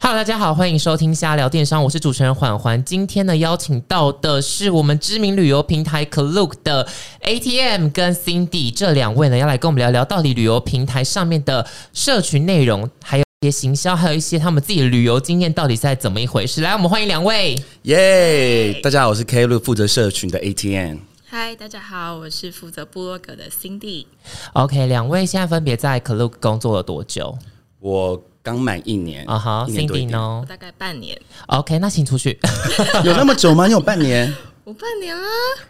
大家好，欢迎收听瞎聊电商，我是主持人缓缓。今天呢，邀请到的是我们知名旅游平台 Klook 的 ATM 跟 Cindy 这两位呢，要来跟我们聊聊到底旅游平台上面的社群内容，还有一些行销，还有一些他们自己的旅游经验到底是在怎么一回事。来，我们欢迎两位。耶！大家好，我是 K 路负责社群的 ATN。嗨，大家好，我是负责部落格的 Cindy。 OK，两位现在分别在 Klook 工作了多久？我刚满一年啊哈、一 c i n d y 年多一点呢我大概半年， ？OK，那请出去。 有那么久吗？你有半年？我哦半年啦。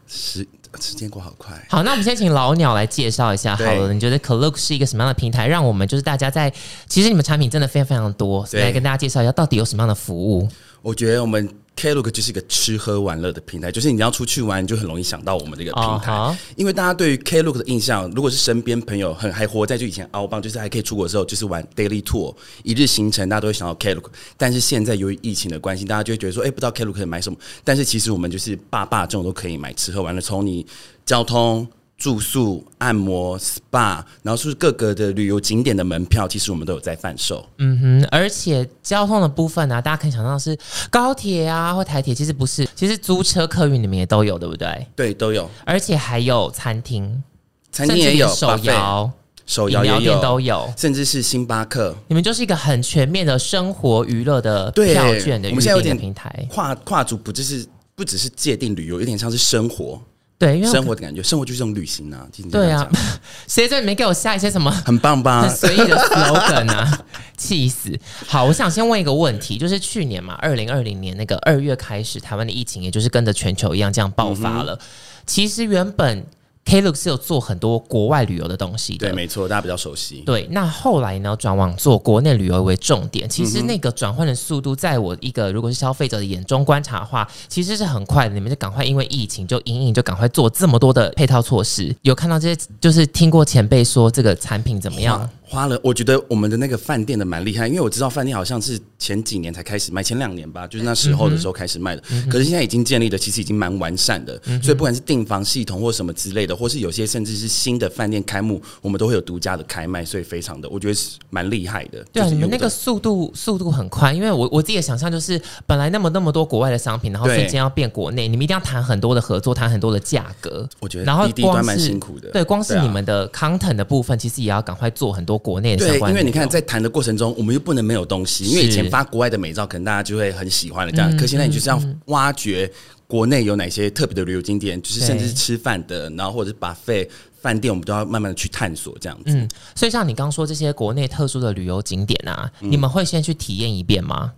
时时间过好快。好，那我们先请老鸟来介绍一下好了。对你觉得 Klook 是一个什么样的平台？让我们就是大家在，其实你们产品真的非常非常多，所以对来跟大家介绍一下到底有什么样的服务。我觉得我们 Klook 就是一个吃喝玩乐的平台，就是你要出去玩，你就很容易想到我们这个平台。啊哈因为大家对于 Klook 的印象，如果是身边朋友很还活在就以前啊凹棒，就是还可以出国的时候，就是玩 daily tour 一日行程，大家都会想到 Klook。但是现在由于疫情的关系，大家就会觉得说，哎、不知道 Klook 可以买什么。但是其实我们就是爸爸这种都可以买吃喝玩乐，从你交通。住宿、按摩、SPA，然后是各个的旅游景点的门票，其实我们都有在贩售。嗯哼，而且交通的部分呢、啊，大家可以想象是高铁啊或台铁，其实不是，其实租车、客运你们也都有，对不对？对，都有，而且还有餐厅，餐厅也有，甚至连手 buffet 摇、手饮摇料也店有，都有。甚至是星巴克。你们就是一个很全面的生活娱乐的对票券的我预们现在有订的点平台，跨跨足不只是不只是界定旅游，有点像是生活，对，因为生我活的感觉，生活就是这种旅行啊。听你对啊这样讲 谁在里面给我下一些什么很棒吧很？随意的 slogan 啊， 气死！好，我想先问一个问题，就是去年嘛，二零二零年那个二月开始，台湾的疫情也就是跟着全球一样这样爆发嗯了。其实原本 Klook 是有做很多国外旅游的东西的，对，没错，大家比较熟悉。对，那后来呢，转往做国内旅游为重点，其嗯实那个转换的速度，在我一个如果是消费者的眼中观察的话，其实是很快的。你们就赶快因为疫情就隐隐就赶快做这么多的配套措施，有看到这些，就是听过前辈说这个产品怎么样花？花了，我觉得我们的那个饭店的蛮厉害，因为我知道饭店好像是前几年才开始卖，前两年吧，就是那时候嗯的时候开始卖的。可是现在已经建立的，其实已经蛮完善的，嗯所以不管是订房系统或什么之类的，或是有些甚至是新的饭店开幕，我们都会有独家的开卖，所以非常的，我觉得是蛮厉害的。对啊，就是你们有那个的速度速度很快，因为我我自己的想象就是，本来那么那么多国外的商品，然后对瞬间要变国内，你们一定要谈很多的合作，谈很多的价格。我觉得然后异地光端蛮是辛苦的对，光是对啊你们的 content 的部分，其实也要赶快做很多国内的对相，关因内容。为你看，在谈的过程中，我们又不能没有东西，因为是嗯以前发国外的美照，可能大家就会很喜欢了这样。可现在你就是要挖掘国内有哪些特别的旅游景点，就嗯是对甚至是吃饭的，然后或者是 buffet 饭店，我们都要慢慢的去探索这样子。嗯，所以像你刚说这些国内特殊的旅游景点啊，嗯你们会先去体验一遍吗？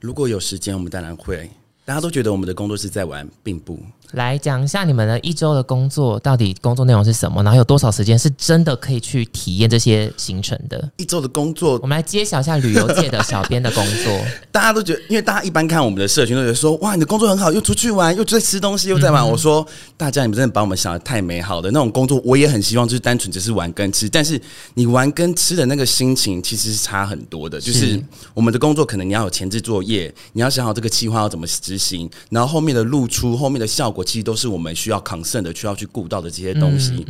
如果有时间，我们当然会。大家都觉得我们的工作是在玩，并不。来讲一下你们的一周的工作，到底工作内容是什么？然后有多少时间是真的可以去体验这些行程的？一周的工作我，们来揭晓一下旅游界的小编的工作。大家都觉得，因为大家一般看我们的社群都觉得说，哇，你的工作很好，又出去玩，又在吃东西，又在玩。我说，大家你们真的把我们想的太美好了。那种工作我也很希望，就是单纯只是玩跟吃，但是你玩跟吃的那个心情其实是差很多的。就是是我们的工作可能你要有前置作业，你要想好这个计划要怎么执行，然后后面的露出、后面的效果，其实都是我们需要 concern 的、需要去顾到的这些东西。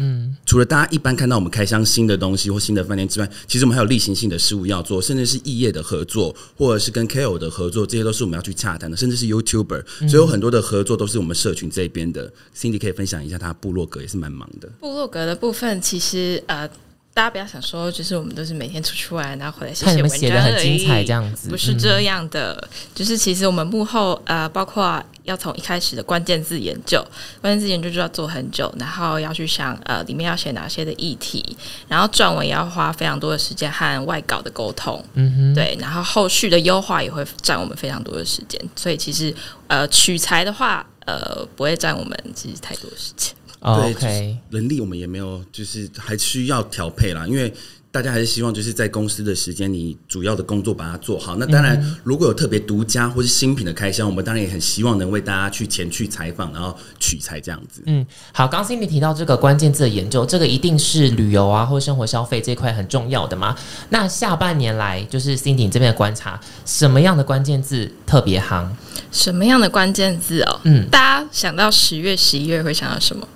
除了大家一般看到我们开箱新的东西或新的饭店之外，其实我们还有例行性的事务要做，甚至是异业的合作，或者是跟 KOL 的合作，这些都是我们要去洽谈的，甚至是 YouTuber，所以有很多的合作都是我们社群这边的。Cindy 可以分享一下她部落格也是蛮忙的，部落格的部分，其实呃，大家不要想说，就是我们都是每天出去玩，然后回来写看你写们文写得章很而精已，彩这样子嗯不是这样的。就是其实我们幕后呃，包括要从一开始的关键字研究，关键字研究就要做很久，然后要去想呃里面要写哪些的议题，然后撰文也要花非常多的时间和外稿的沟通，嗯哼，对，然后后续的优化也会占我们非常多的时间，所以其实呃取材的话。呃，不会占我们其实太多时间。哦对就是 OK，人力我们也没有，就是还需要调配啦，因为。大家还是希望就是在公司的时间，你主要的工作把它做好。那当然，嗯如果有特别独家或是新品的开箱，我们当然也很希望能为大家去前去采访，然后取材这样子。嗯，好，刚刚 Cindy 提到这个关键字的研究，这个一定是旅游啊或生活消费这一块很重要的嘛。那下半年来，就是 Cindy 你这边的观察，什么样的关键字特别夯？什么样的关键字哦？嗯大家想到十月、十一月会想到什么？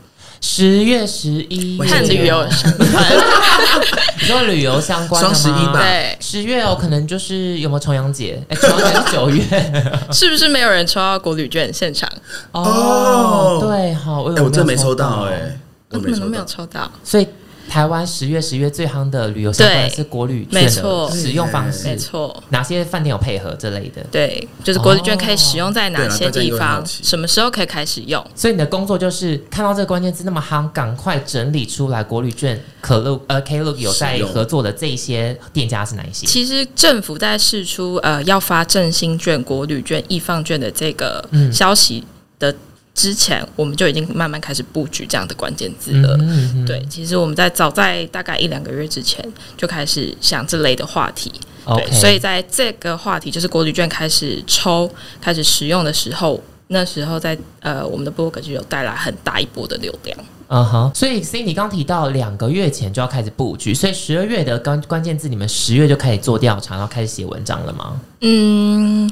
十月十一，万看圣节旅游相关， 你说旅游相关的吗？双十一吧对，十月哦，可能就是有没有重阳节？哎、重阳节是九月是不是没有人抽到国旅券现场？ 哦哦，对，好，哎哎、我真的没抽到哎、我我没们都抽没有到。抽到，所以台湾十月、十月最夯的旅游相关对是国旅券没的错使用方是式没，错。哪些饭店有配合之类的？对，就是国旅券可以使用在对哪啊些大家应地该会方好，奇什么时候可以开始用？所以你的工作就是看到这个关键字那么夯，赶快整理出来国旅券可 look 呃 K look 有在使用合作的这一些店家是哪一些？其实政府在释出呃要发振兴券、国旅券、易放券的这个嗯消息的之前，我们就已经慢慢开始布局这样的关键字了。嗯哼对，其实我们在早在大概一两个月之前就开始想这类的话题。对， ，OK，所以在这个话题就是国旅券开始抽、开始使用的时候，那时候在呃我们的博客就有带来很大一波的流量。嗯哼，所以 Cindy 刚提到两个月前就要开始布局，所以十二月的关关键字，你们十月就开始做调查，然后开始写文章了吗？嗯，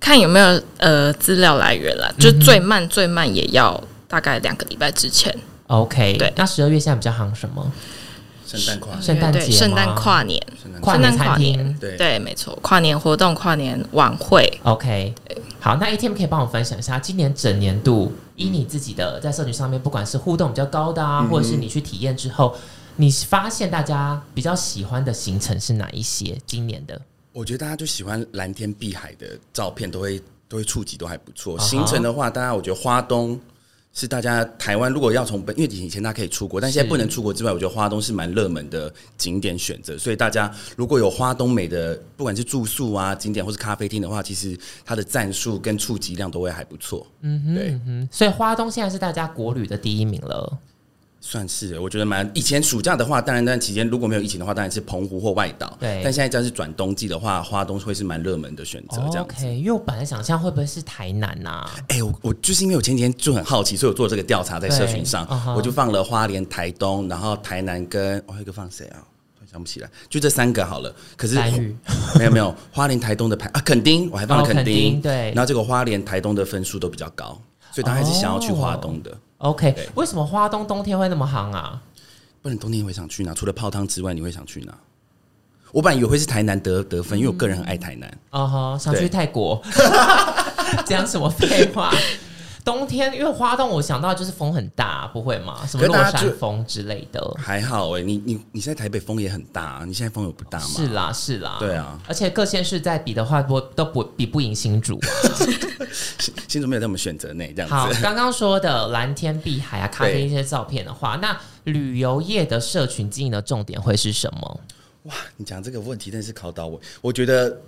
看有没有呃资料来源嗯啦，就最慢最慢也要大概两个礼拜之前， OK，对那十二月现在比较行什么？圣诞快乐，圣诞节吗对圣诞跨年，圣诞快跨乐。年圣诞餐跨年厅。对对，没错，跨年活动、跨年晚会， OK，好，那 ATM 可以帮我分享一下今年整年度，以你自己的在社群上面，不管是互动比较高的啊，嗯或者是你去体验之后，你发现大家比较喜欢的行程是哪一些？今年的我觉得大家就喜欢蓝天碧海的照片，都会都会触及都还不错。啊哈行程的话，大家我觉得花东是大家台湾如果要从本，因为以前大家可以出国，但现在是不能出国之外，我觉得花东是蛮热门的景点选择。所以大家如果有花东美的，不管是住宿啊、景点或是咖啡厅的话，其实它的赞数跟触及量都会还不错。嗯哼，对，嗯，所以花东现在是大家国旅的第一名了。算是我觉得蛮。以前暑假的话，当然那段期间如果没有疫情的话，当然是澎湖或外岛。对但现在这样是转冬季的话，花东会是蛮热门的选择。这样子。哦 OK，因为我本来想象会不会是台南啊呐、哎、我我就是因为我前几天就很好奇，所以我做这个调查在社群上对嗯哼我就放了花莲、台东，然后台南跟我、还有一个放谁啊？突然想不起来，就这三个好了。可是蓝屿没有没有花莲、台东的排啊，垦丁我还放了哦垦垦丁、丁对然后这个花莲、台东的分数都比较高，所以大家还是想要去花东的。 OK，对为什么花东冬天会那么行啊？不然冬天会想去哪？除了泡汤之外，你会想去哪？我本来以为会是台南得得分，因为我个人很爱台南。 哦吼，想去对泰 国，讲什么废话？冬天因为花东，我想到就是风很大，不会吗？什么可是落大家山就风之类的。还好哎、你你你现在台北风也很大、啊，你现在风有不大吗？是啦，是啦，对啊而且各县市在比的话，不都不比不赢新 竹啊。新 新竹没有在我们选择内这样子。好，刚刚说的蓝天碧海啊，咖啡一些照片的话，那旅游业的社群经营的重点会是什么？哇，你讲这个问题真是考倒我。我觉得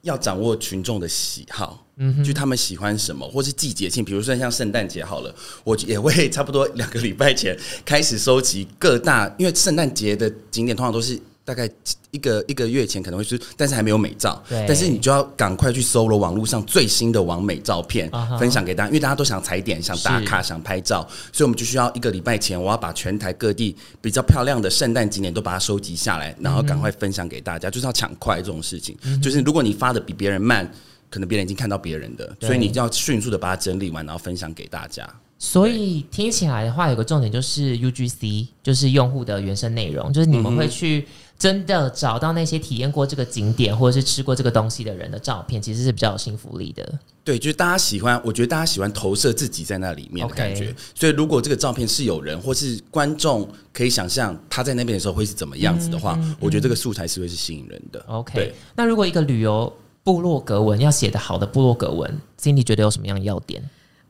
要掌握群众的喜好，嗯，就他们喜欢什么，或是季节性，比如说像圣诞节好了，我也会差不多两个礼拜前开始收集各大，因为圣诞节的景点通常都是。大概一个一个月前可能会去，但是还没有美照。对但是你就要赶快去搜罗网络上最新的网美照片啊哈分享给大家，因为大家都想踩点、想打是卡、想拍照，所以我们就需要一个礼拜前，我要把全台各地比较漂亮的圣诞景点都把它收集下嗯来，然后赶快分享给大家，就是要抢快这种事情。就是如果你发的比别人慢，可能别人已经看到别人的，对所以你就要迅速的把它整理完，然后分享给大家。所以听起来的话，有个重点就是 UGC，就是用户的原生内容，就是你们会去真的找到那些体验过这个景点或者是吃过这个东西的人的照片，其实是比较有信服力的。对，就是大家喜欢，我觉得大家喜欢投射自己在那里面的 OK 感觉。所以如果这个照片是有人或是观众可以想象他在那边的时候会是怎么样子的嗯话，我觉得这个素材是会是吸引人的。 OK，对那如果一个旅游部落格文要写的好的部落格文，Cindy 觉得有什么样的要点？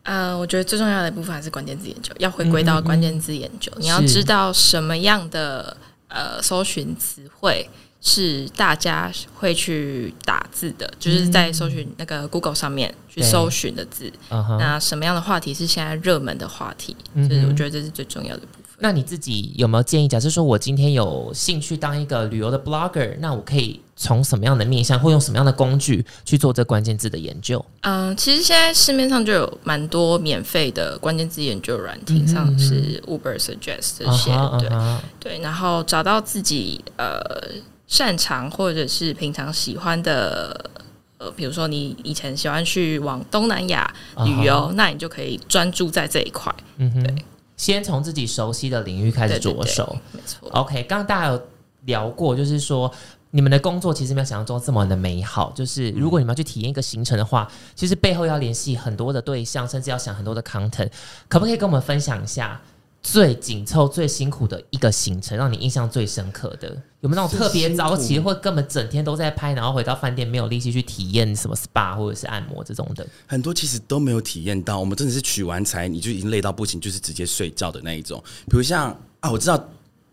呃，我觉得最重要的一部分还是关键字研究，要回嗯归到关键字研究，你要知道什么样的呃搜寻词汇是大家会去打字的，就是在搜寻那个 Google 上面去嗯对搜寻的字。嗯哼，那什么样的话题是现在热门的话题？嗯哼就是我觉得这是最重要的部分。那你自己有没有建议？假设说我今天有兴趣当一个旅游的 blogger，那我可以从什么样的面向或用什么样的工具去做这关键字的研究？嗯、其实现在市面上就有蛮多免费的关键字研究软体，嗯像是 Uber Suggest 这些，啊哈对、啊哈对。然后找到自己呃擅长或者是平常喜欢的。呃，比如说你以前喜欢去往东南亚啊哈旅游那你就可以专注在这一块。嗯哼，先从自己熟悉的领域开始对对着对手。没错， OK，刚刚大家有聊过，就是说你们的工作其实没有想象中这么的美好。就是如果你们要去体验一个行程的话，其实背后要联系很多的对象，甚至要想很多的 content。可不可以跟我们分享一下最紧凑、最辛苦的一个行程，让你印象最深刻的？有没有那种特别早最起，辛或根本整天都在拍，然后回到饭店没有力气去体验什么 SPA 或者是按摩这种的？很多其实都没有体验到，我们真的是取完材你就已经累到不行，就是直接睡觉的那一种。比如像啊，我知道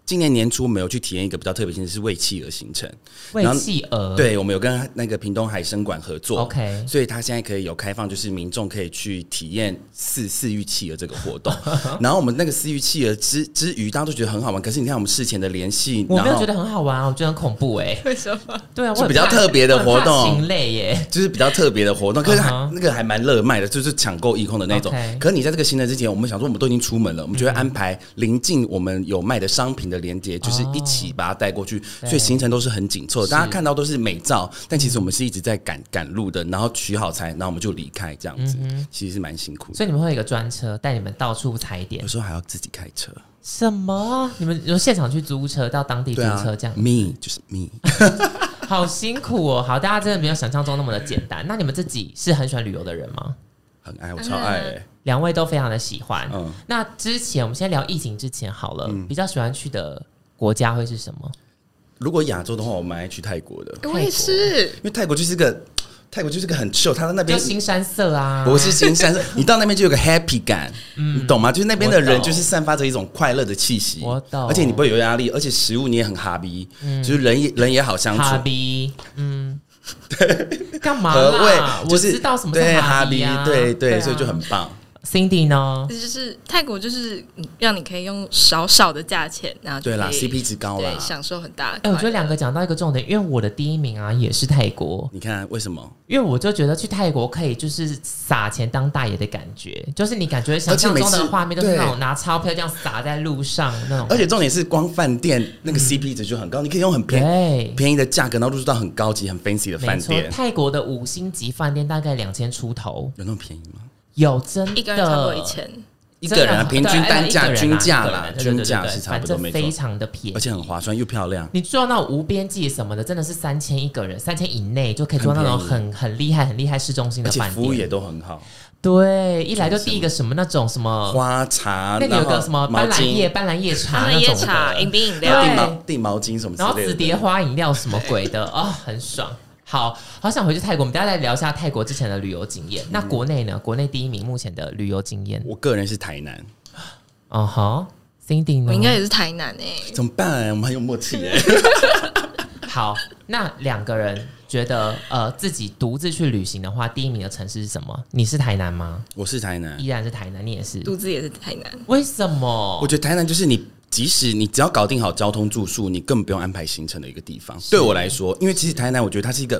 今年年初我们有去体验一个比较特别性，是为企鹅行程。为然后企鹅，对，我们有跟那个屏东海生馆合作，OK，所以它现在可以有开放，就是民众可以去体验饲饲育企鹅这个 活动。然后我们那个饲育企鹅之之余，大家都觉得很好玩。可是你看我们事前的联系，我没然有后觉得很好玩啊，我觉得很恐怖哎、为什么？对啊，我是很比较怕特别的活动我很怕禽类耶、就是比较特别的活动，可是还、嗯哼那个还蛮热卖的，就是抢购一空的那种。 OK 嗯可是你在这个行程之前，我们想说我们都已经出门了，我们就会安排临近我们有卖的商品的连接，就是一起把它带过去，所以行程都是很紧凑哦的。是嗯大家看到都是美照，但其实我们是一直在赶赶路的，然后取好材，然后我们就离开这样子，其实是蛮辛苦的。嗯所以你们会有一个专车带你们到处踩点有。时候还要自己开车，什么？你们有现场去租车到当地租对啊车这样， ，me 就是 me，好辛苦哦。好，大家真的没有想象中那么的简单。那你们自己是很喜欢旅游的人吗？很爱，我超爱、欸，两位都非常的喜欢。嗯。那之前我们先聊疫情之前好了，比较喜欢去的国家会是什么？如果亚洲的话，我蛮爱去泰国的，我也是，因为泰国就是个泰国就是个很 chill，它那就边新山色啊，不是 新山，是你到那边就有个 happy 感，你懂吗？就是那边的嗯我人懂就是散发着一种快乐的气息，我懂嗯而且你不会有压力，而且食物你也很哈逼，就是人也人也好相哈处。比， 嗯，对，干嘛何谓啦？？就我是知道什么对是哈比逼啊，，对对，啊所以就很棒。 Cindy 呢？这就是泰国，就是让你可以用少少的价钱，然后就对啦可以，CP 值高啦对，。享受很大的快乐。哎、我觉得两个讲到一个重点，因为我的第一名啊也是泰国，你看为什么？因为我就觉得去泰国可以就是撒钱当大爷的感觉，就是你感觉想象中的画面都是那而且每种拿钞票这样撒在路上那种而，且重点是，光饭店那个 CP 值就很高，你可以用很便嗯对，便宜的价格，然后入住到很高级、很 fancy 的没饭错，店，泰国的五星级饭店大概两千出头，有那么便宜吗？有真的一个人超过一千，一个人啊真平的均单对一价、个人啊均价一个人啦啊，对对对均价对对是差不多反没正错非，常的便宜，而且很划算又漂亮。你坐那种无边际什么的，真的是三千一个人，三千以内就可以坐那种很很便很厉害、很厉害市中心而的且饭服务也店。都很好，对，一来就递一个什么那种什么，花茶，那里有个什么毛斑斓叶、巾、斑斓叶茶他那们种夜的茶、饮冰饮对地料，毛地毛巾什么之然后类紫的。蝶花饮料什么鬼 的啊、很爽。好好想回去泰国，我们大家再聊一下泰国之前的旅游经嗯验。那国内呢？国内第一名目前的旅游经验，我个人是台南，哦哈，Cindy 我应该呢？也是台南欸诶。怎么办、我们很有默契耶、 好，那两个人觉得呃自己独自去旅行的话，第一名的城市是什么？你是台南吗？我是台南依，然是台南，你也是？独自也是台南，为什么我？觉得台南就是你，即使你只要搞定好交通住宿，你根本不用安排行程的一个地方。对我来说，因为其实台南，我觉得它是一个，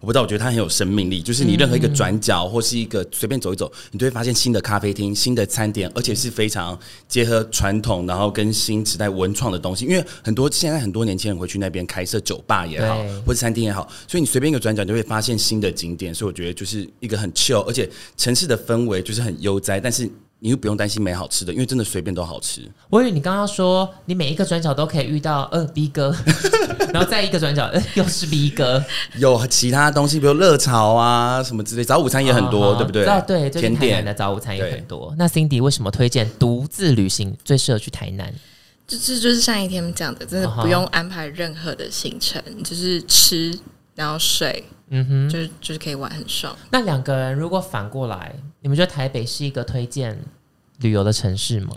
我不知道，我觉得它很有生命力。就是你任何一个转角或是一个随便走一走，你就会发现新的咖啡厅、新的餐点，而且是非常结合传统，然后跟新时代文创的东西。因为很多现在很多年轻人会去那边开设酒吧也好对，或是餐厅也好，所以你随便一个转角你就会发现新的景点。所以我觉得就是一个很 chill，而且城市的氛围就是很悠哉，但是。你又不用担心没好吃的，因为真的随便都好吃。我以为你刚刚说你每一个转角都可以遇到呃 B 哥， 然后再一个转角、呃、又是 B 哥，有其他东西，比如热炒啊什么之类，早午餐也很多，哦对不对知道？对，最甜近台南点的早午餐也对很多。那 Cindy 为什么推荐独自旅行最适合去台南？就是就是像一天讲的，真的啊哈不用安排任何的行程，就是吃，然后睡，嗯哼，就是就是可以玩很爽。那两个人如果反过来，你们觉得台北是一个推荐旅游的城市吗？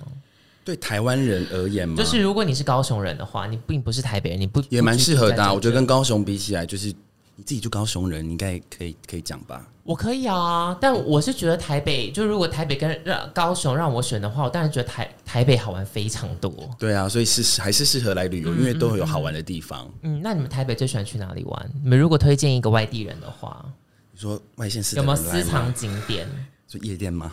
对台湾人而言嘛，就是如果你是高雄人的话，你并不是台北人，你不嗯也蛮适合的啊、不我觉得跟高雄比起来，就是你自己就高雄人，你应该可以可以讲吧？我可以啊，但我是觉得台北，就如果台北跟让高雄让我选的话，我当然觉得台台北好玩非常多。对啊，所以是还是适合来旅游，因为都有好玩的地方。嗯，那你们台北最喜欢去哪里玩？你们如果推荐一个外地人的话，你说外县市有的没有人私来吗？藏景点？就夜店吗？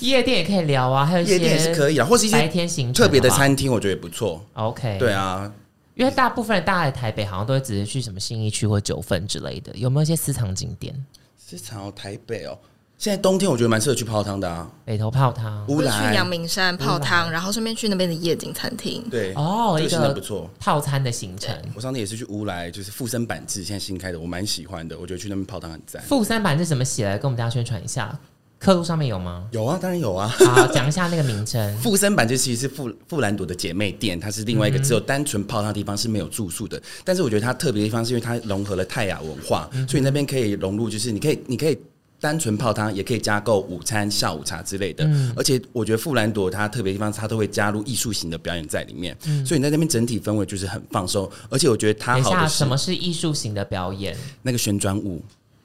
夜店也可以聊啊，还有一些夜店也是可以啊，或是一白些天行程特别的好餐厅，我觉得也不错。不好。OK，对，啊，因为大部分人大家来台北好像都会直接去什么信义区或九份之类的，有没有一些私藏景点？是常台北哦。现在冬天我觉得蛮适合去泡汤的啊，北头泡汤乌或者去来阳明山泡汤，然后顺便去那边的夜景餐厅。对哦，这一个真的个不错。套餐的行程。我上次也是去乌来，就是富森板制，现在新开的，我蛮喜欢的，我觉得去那边泡汤很赞。负三版是怎么写的？跟我们大家宣传一下。客路上面有吗？有啊，当然有啊。好，讲一下那个名 称。富森板这其实是富富兰朵的姐妹店，它是另外一个只有单纯泡汤的地方是没有住宿的。但是我觉得它特别的地方是因为它融合了泰雅文化，嗯所以那边可以融入，就是你可以你可以。单纯泡汤也可以加购午餐、下午茶之类的，嗯而且我觉得富兰朵它特别的地方，它都会加入艺术型的表演在里面，所以你在那边整体氛围就是很放松。而且我觉得嗯它等一好下，的是什么是艺术型的表演？那个旋转舞，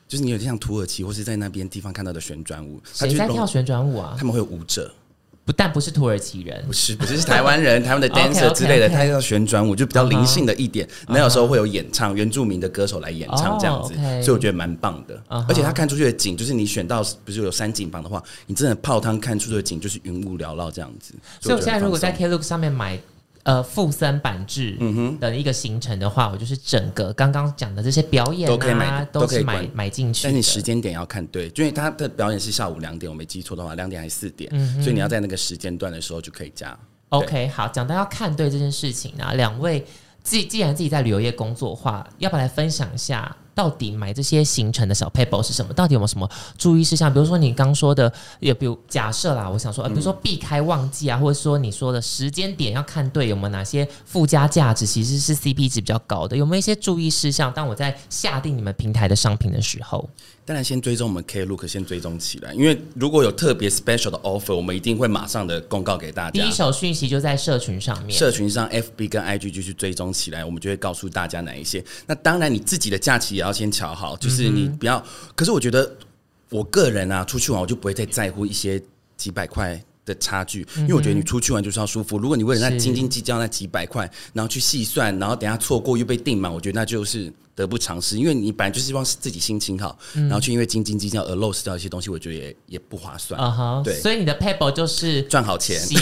就是你有点像土耳其或是在那边地方看到的旋转舞，它谁就是在融跳旋转舞啊他？们会有舞者，不但不是土耳其人不，是不是是台湾 人，台湾的 OK，OK，OK 嗯 dancer 之类的，他要旋转舞，就比较灵性的一点。那有时候会有演唱原住民的歌手来演唱这样子哦，OK 所以我觉得蛮棒的。嗯哼而且他看出去的景，就是你选到不是有山景房的话，你真的泡汤看出去的景就是云雾缭绕这样子。所以我觉得现在如果在很放嗯 Klook 上面买呃富森版制的一个行程的话，我就是整个刚刚讲的这些表演啊，都可以买都都可是以买管买进松去但的。你时间点要看对，因为他的表演是下午两点，我没记错的话，两点还是四点，嗯所以你要在那个时间段的时候就可以加。 OK，好，讲到要看对这件事情啊，两位既既然自己在旅游业工作的话，要不要来分享一下，到底买这些行程的小 paper 是什么？到底有没有什么注意事项？比如说你刚说的，也比如假设啦，我想嗯说，呃，比如说避开旺季啊，或者说你说的时间点要看对，有没有哪些附加价值其实是 CP 值比较高的？有没有一些注意事项？当我在下定你们平台的商品的时候，当然，先追踪我们 K Look，先追踪起 嗯来，因为如果有特别 special 的 offer，我们一定会马上的公告给大第家一。手讯息就在社群上面。啊社群上 FB 跟 IG 就去追踪起来，我们就会告诉大家哪一些。那当然，你自己的假期也要先瞧好，就是你不要。可是我觉得，我个人啊，出去玩我就不会太在乎一些几百块。的差距，因为我觉得你出去玩就是要舒服。如果你为了那是斤斤计较那几百块，然后去细算，然后等下错过又被订满，我觉得那就是得不偿失。因为你本来就是希望自己心情好，然后却因为斤斤计较而 lose 掉一些东西，我觉得也也不划算。啊哈，对所以你的 paper 就是赚好钱，喜，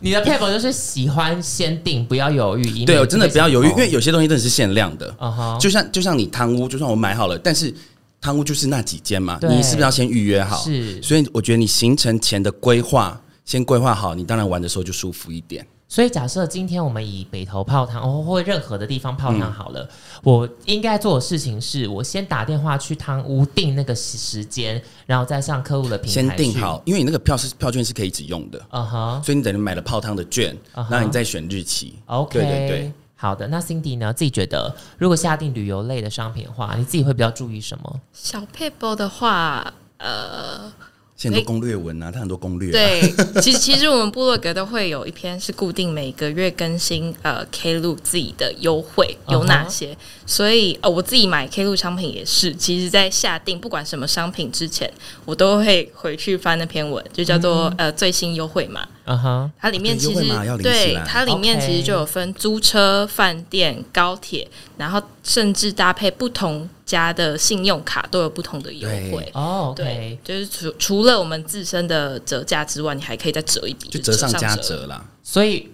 你的 paper 就是喜欢先定，不要犹豫。以免对我真的不要犹豫，因为被有些东西真的是限量的。啊哈，就像就像你贪污，就算我买好了，但是贪污就是那几间嘛，对你是不是要先预约好？是所以我觉得你行程前的规划，先规划好，你当然玩的时候就舒服一点。所以假设今天我们以北投泡汤，哦，或任何的地方泡嗯汤好了，我应该做的事情是我先打电话去汤屋订那个时时间，然后再上客户的平台先定去。好，因为你那个票是票券是可以一直用的，啊哈所以你等于买了泡汤的券啊哈，然后你再选日期。 ，OK，对对对。好的，那 Cindy 呢？自己觉得，如果下定旅游类的商品的话，你自己会比较注意什么？小 paper 的话，呃，现在很多攻略文啊，它很多攻略、啊。， 对，其实其实我们部落格都会有一篇是固定每个月更新，呃，K 路自己的优惠嗯有哪些所以呃，我自己买 K 路商品也是，其实在下定不管什么商品之前，我都会回去翻那篇文，就叫嗯做、呃最新优惠码。啊哈，它里面对优其惠实、码要领起对来它里面 OK 其实就有分租车、饭店、高铁，然后甚至搭配不同家的信用卡都有不同的优惠对。哦对，OK，，就是除除了我们自身的折价之外，你还可以再折一笔，就是折上加折。折啦。所以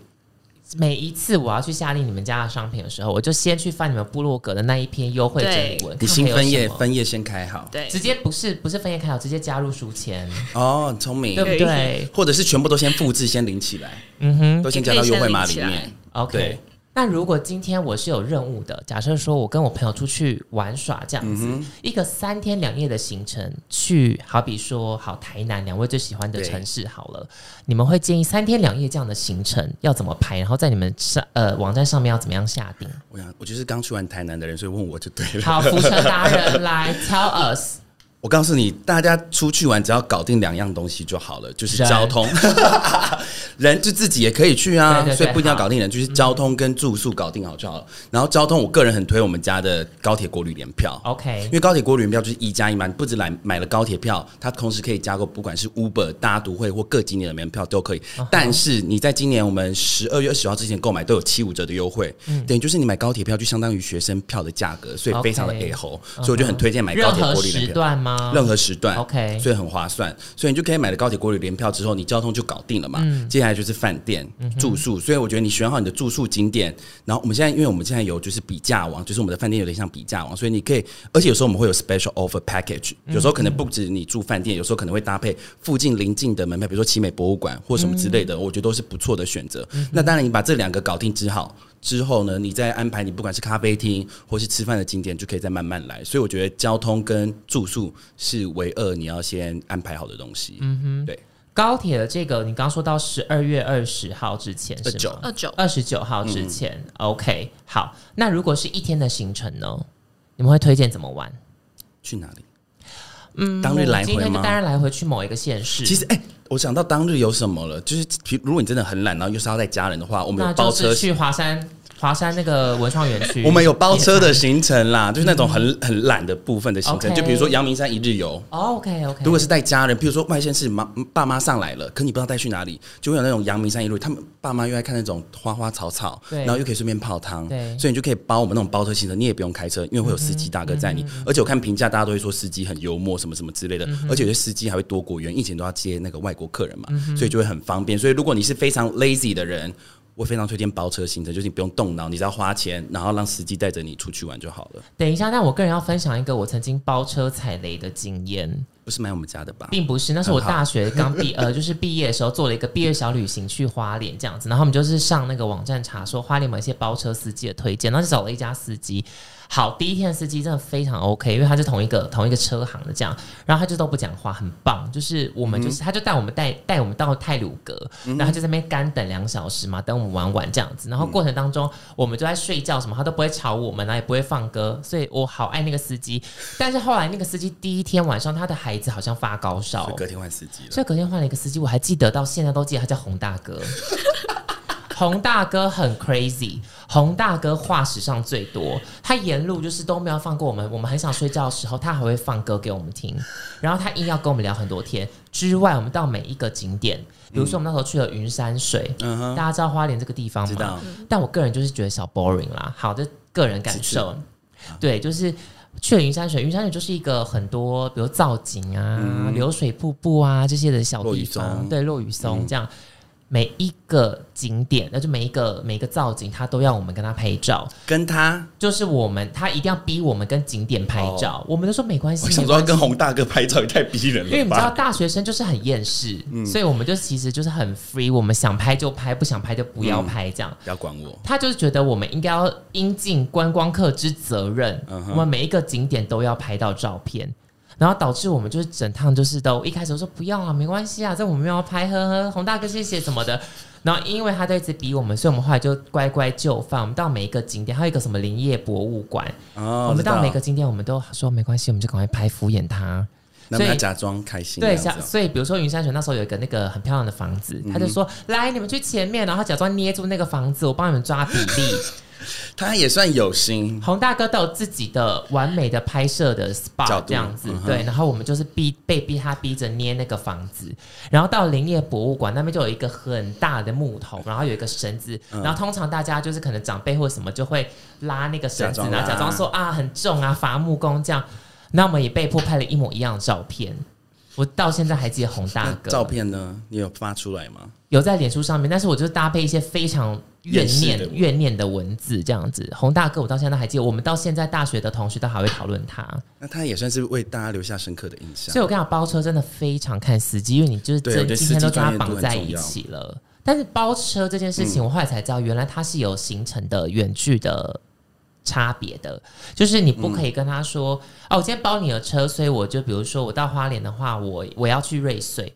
每一次我要去下定你们家的商品的时候，我就先去翻你们部落格的那一篇优惠整理文，你看新还有分页什么分页先开好。对，直接不是不是分页开好，直接加入书签，哦，很聪对明。不对？或者是全部都先复制，先领起来，嗯哼都先加到优惠码里也可以先领面起。 ，OK 对。那如果今天我是有任务的，假设说我跟我朋友出去玩耍这样子，嗯一个三天两夜的行程，去好比说好台南两位最喜欢的对城市好了，你们会建议三天两夜这样的行程要怎么排？然后在你们上呃网站上面要怎么样下定？我想，我就是刚去完台南的人，所以问我就对了。好，浮城达人来 tell us。我告诉你，大家出去玩只要搞定两样东西就好了，就是人 交通，人就自己也可以去对啊，对对嗯所以不一定要搞定人，就是交通跟住宿搞定好就好了。然后交通，我个人很推我们家的高铁国旅联票。 OK，因为高铁国旅联票就是一加一嘛，你不止买买了高铁票，它同时可以加购不管是 Uber、大都会或各景点的门票都可啊以。但是你在今年我们十二月二十号之前购买都有七五折的优惠，嗯等于就是你买高铁票就相当于学生票的价格，所以非常的 OK 给 o 所以我就很推荐买任高铁何国旅时联票。段吗？吗？任何时段 OK 所以很划算，所以你就可以买了高铁国旅联票之后，你交通就搞定了嘛。接下来就是饭店、住宿，所以我觉得你选好你的住宿景点，然后我们现在因为我们现在有就是比价网，就是我们的饭店有点像比价网，所以你可以，而且有时候我们会有 special offer package，有时候可能不止你住饭店，有时候可能会搭配附近邻近的门票，比如说奇美博物馆或什么之类的，我觉得都是不错的选择。那当然，你把这两个搞定之后。之后呢，你再安排你不管是咖啡厅或是吃饭的景点，就可以再慢慢来。所以我觉得交通跟住宿是唯二你要先安排好的东西。嗯哼，对，高铁的这个，你刚说到十二月二十号之前是29吗？二九二十九号之前、o 嗯 k 好。那如果是一天的行程呢？你们会推荐怎么玩？去哪里？嗯，当日来今回天就吗？当然来回去某一个县市。其实，哎、我想到当日有什么了，就是比如如果你真的很懒，然后又是要带家人的话，我们那有包哦就车是，去华山，华山那个文创园区， 我们有包车的行程啦，就是那种很很懒的部分的行程，嗯 OK 就比如说阳明山一日游。哦 OK OK，如果是带家人，比如说外县市妈爸妈上来了，可你不知道带去哪里，就会有那种阳明山一路，他们爸妈又爱看那种花花草草，对然后又可以顺便泡汤，对所以你就可以包我们那种包车行程，你也不用开车，因为会有司机大哥嗯载你。而且我看评价，大家都会说司机很幽默，什么什么之类的。而且有些司机还会多国员，以前都要接那个外国客人嘛，嗯所以就会很方便。所以如果你是非常 lazy 的人，我非常推荐包车行程，就是你不用动脑，你只要花钱，然后让司机带着你出去玩就好了。等一下，那我个人要分享一个我曾经包车踩雷的经验，不是买我们家的吧？并不是，那是我大学刚毕呃，就是毕业的时候做了一个毕业小旅行去花莲这样子，然后我们就是上那个网站查说花莲有没有一些包车司机的推荐，然后就找了一家司机。好，第一天的司机真的非常 OK，因为他是同一个同一个车行的这样，然后他就都不讲话，很棒。就是我们就是、他就带我们带带我们到泰鲁阁，然后他就在那边干等两小时嘛，等我们玩完这样子。然后过程当中我们就在睡觉什么，他都不会吵我们，然后啊也不会放歌，所以我好爱那个司机。但是后来那个司机第一天晚上他的孩子好像发高烧所以，隔天换司机了。所以隔天换了一个司机，我还记得到现在都记得他叫洪大哥。 洪大哥很 crazy，洪大哥话史上最多，他沿路就是都没有放过我们，我们很想睡觉的时候，他还会放歌给我们听，然后他硬要跟我们聊很多天。之外，我们到每一个景点，比如说我们那时候去了云山水，嗯哼，大家知道花莲这个地方知吗道？。嗯但我个人就是觉得小 boring 啦，好的个人感受，对，就是去了云山水，云山水就是一个很多比如造景啊、流水瀑布啊这些的小嗯落地羽方，松嗯对，落雨松这样。每一个景点，那就每一个每一个造景，他都要我们跟他拍照，跟他，就是我们他一定要逼我们跟景点拍照，我们都说没关系，哦我想没说关系要跟洪大哥拍照也太逼人因为了你知道吧？嗯大学生就是很厌世，所以我们就其实就是很 free，我们想拍就拍，不想拍就不嗯要拍这样。不要管我，他就是觉得我们应该要应尽观光客之责任嗯哼我们每一个景点都要拍到照片，然后导致我们就是整趟就是都一开始我说不要啊，没关系啊，这我们没有要拍，呵呵，洪大哥谢谢什么的。然后因为他都一直逼我们，所以我们后来就乖乖就范。我们到每一个景点，还有一个什么林业博物馆，哦我们到每个知道景点我们都说没关系，我们就赶快拍敷衍他。那所以他假装开心，对，这样像子哦所以比如说云山水那时候有一个那个很漂亮的房子，他就说来你们去前面，然后假装捏住那个房子，我帮你们抓比例。他也算有心，洪大哥都有自己的完美的拍摄的角 SPA 度这样子嗯，哼对，然后我们就是逼被逼他逼着捏那个房子，然后到林业博物馆那边就有一个很大的木桶，然后有一个绳子，嗯然后通常大家就是可能长辈或什么就会拉那个绳子，假装拉然后假装说啊很重啊伐木工这样，那我们也被迫拍了一模一样的照片，我到现在还记得洪大那哥照片呢？你有发出来吗？有在脸书上面，但是我就搭配一些非常怨厌世的念文怨念的文字这样子。洪大哥，我到现在还记得，我们到现在大学的同学都还会讨论他。那他也算是为大家留下深刻的印象所以。我跟你讲，包车真的非常看司机，因为你就是对我真觉得今天都司机跟专他业绑度在很重一要嗯起了。但是包车这件事情，我后来才知道，原来它是有行程的远距的差别的，就是你不嗯可以跟他说、哦，我今天包你的车，所以我就比如说我到花莲的话，我我要去瑞穗，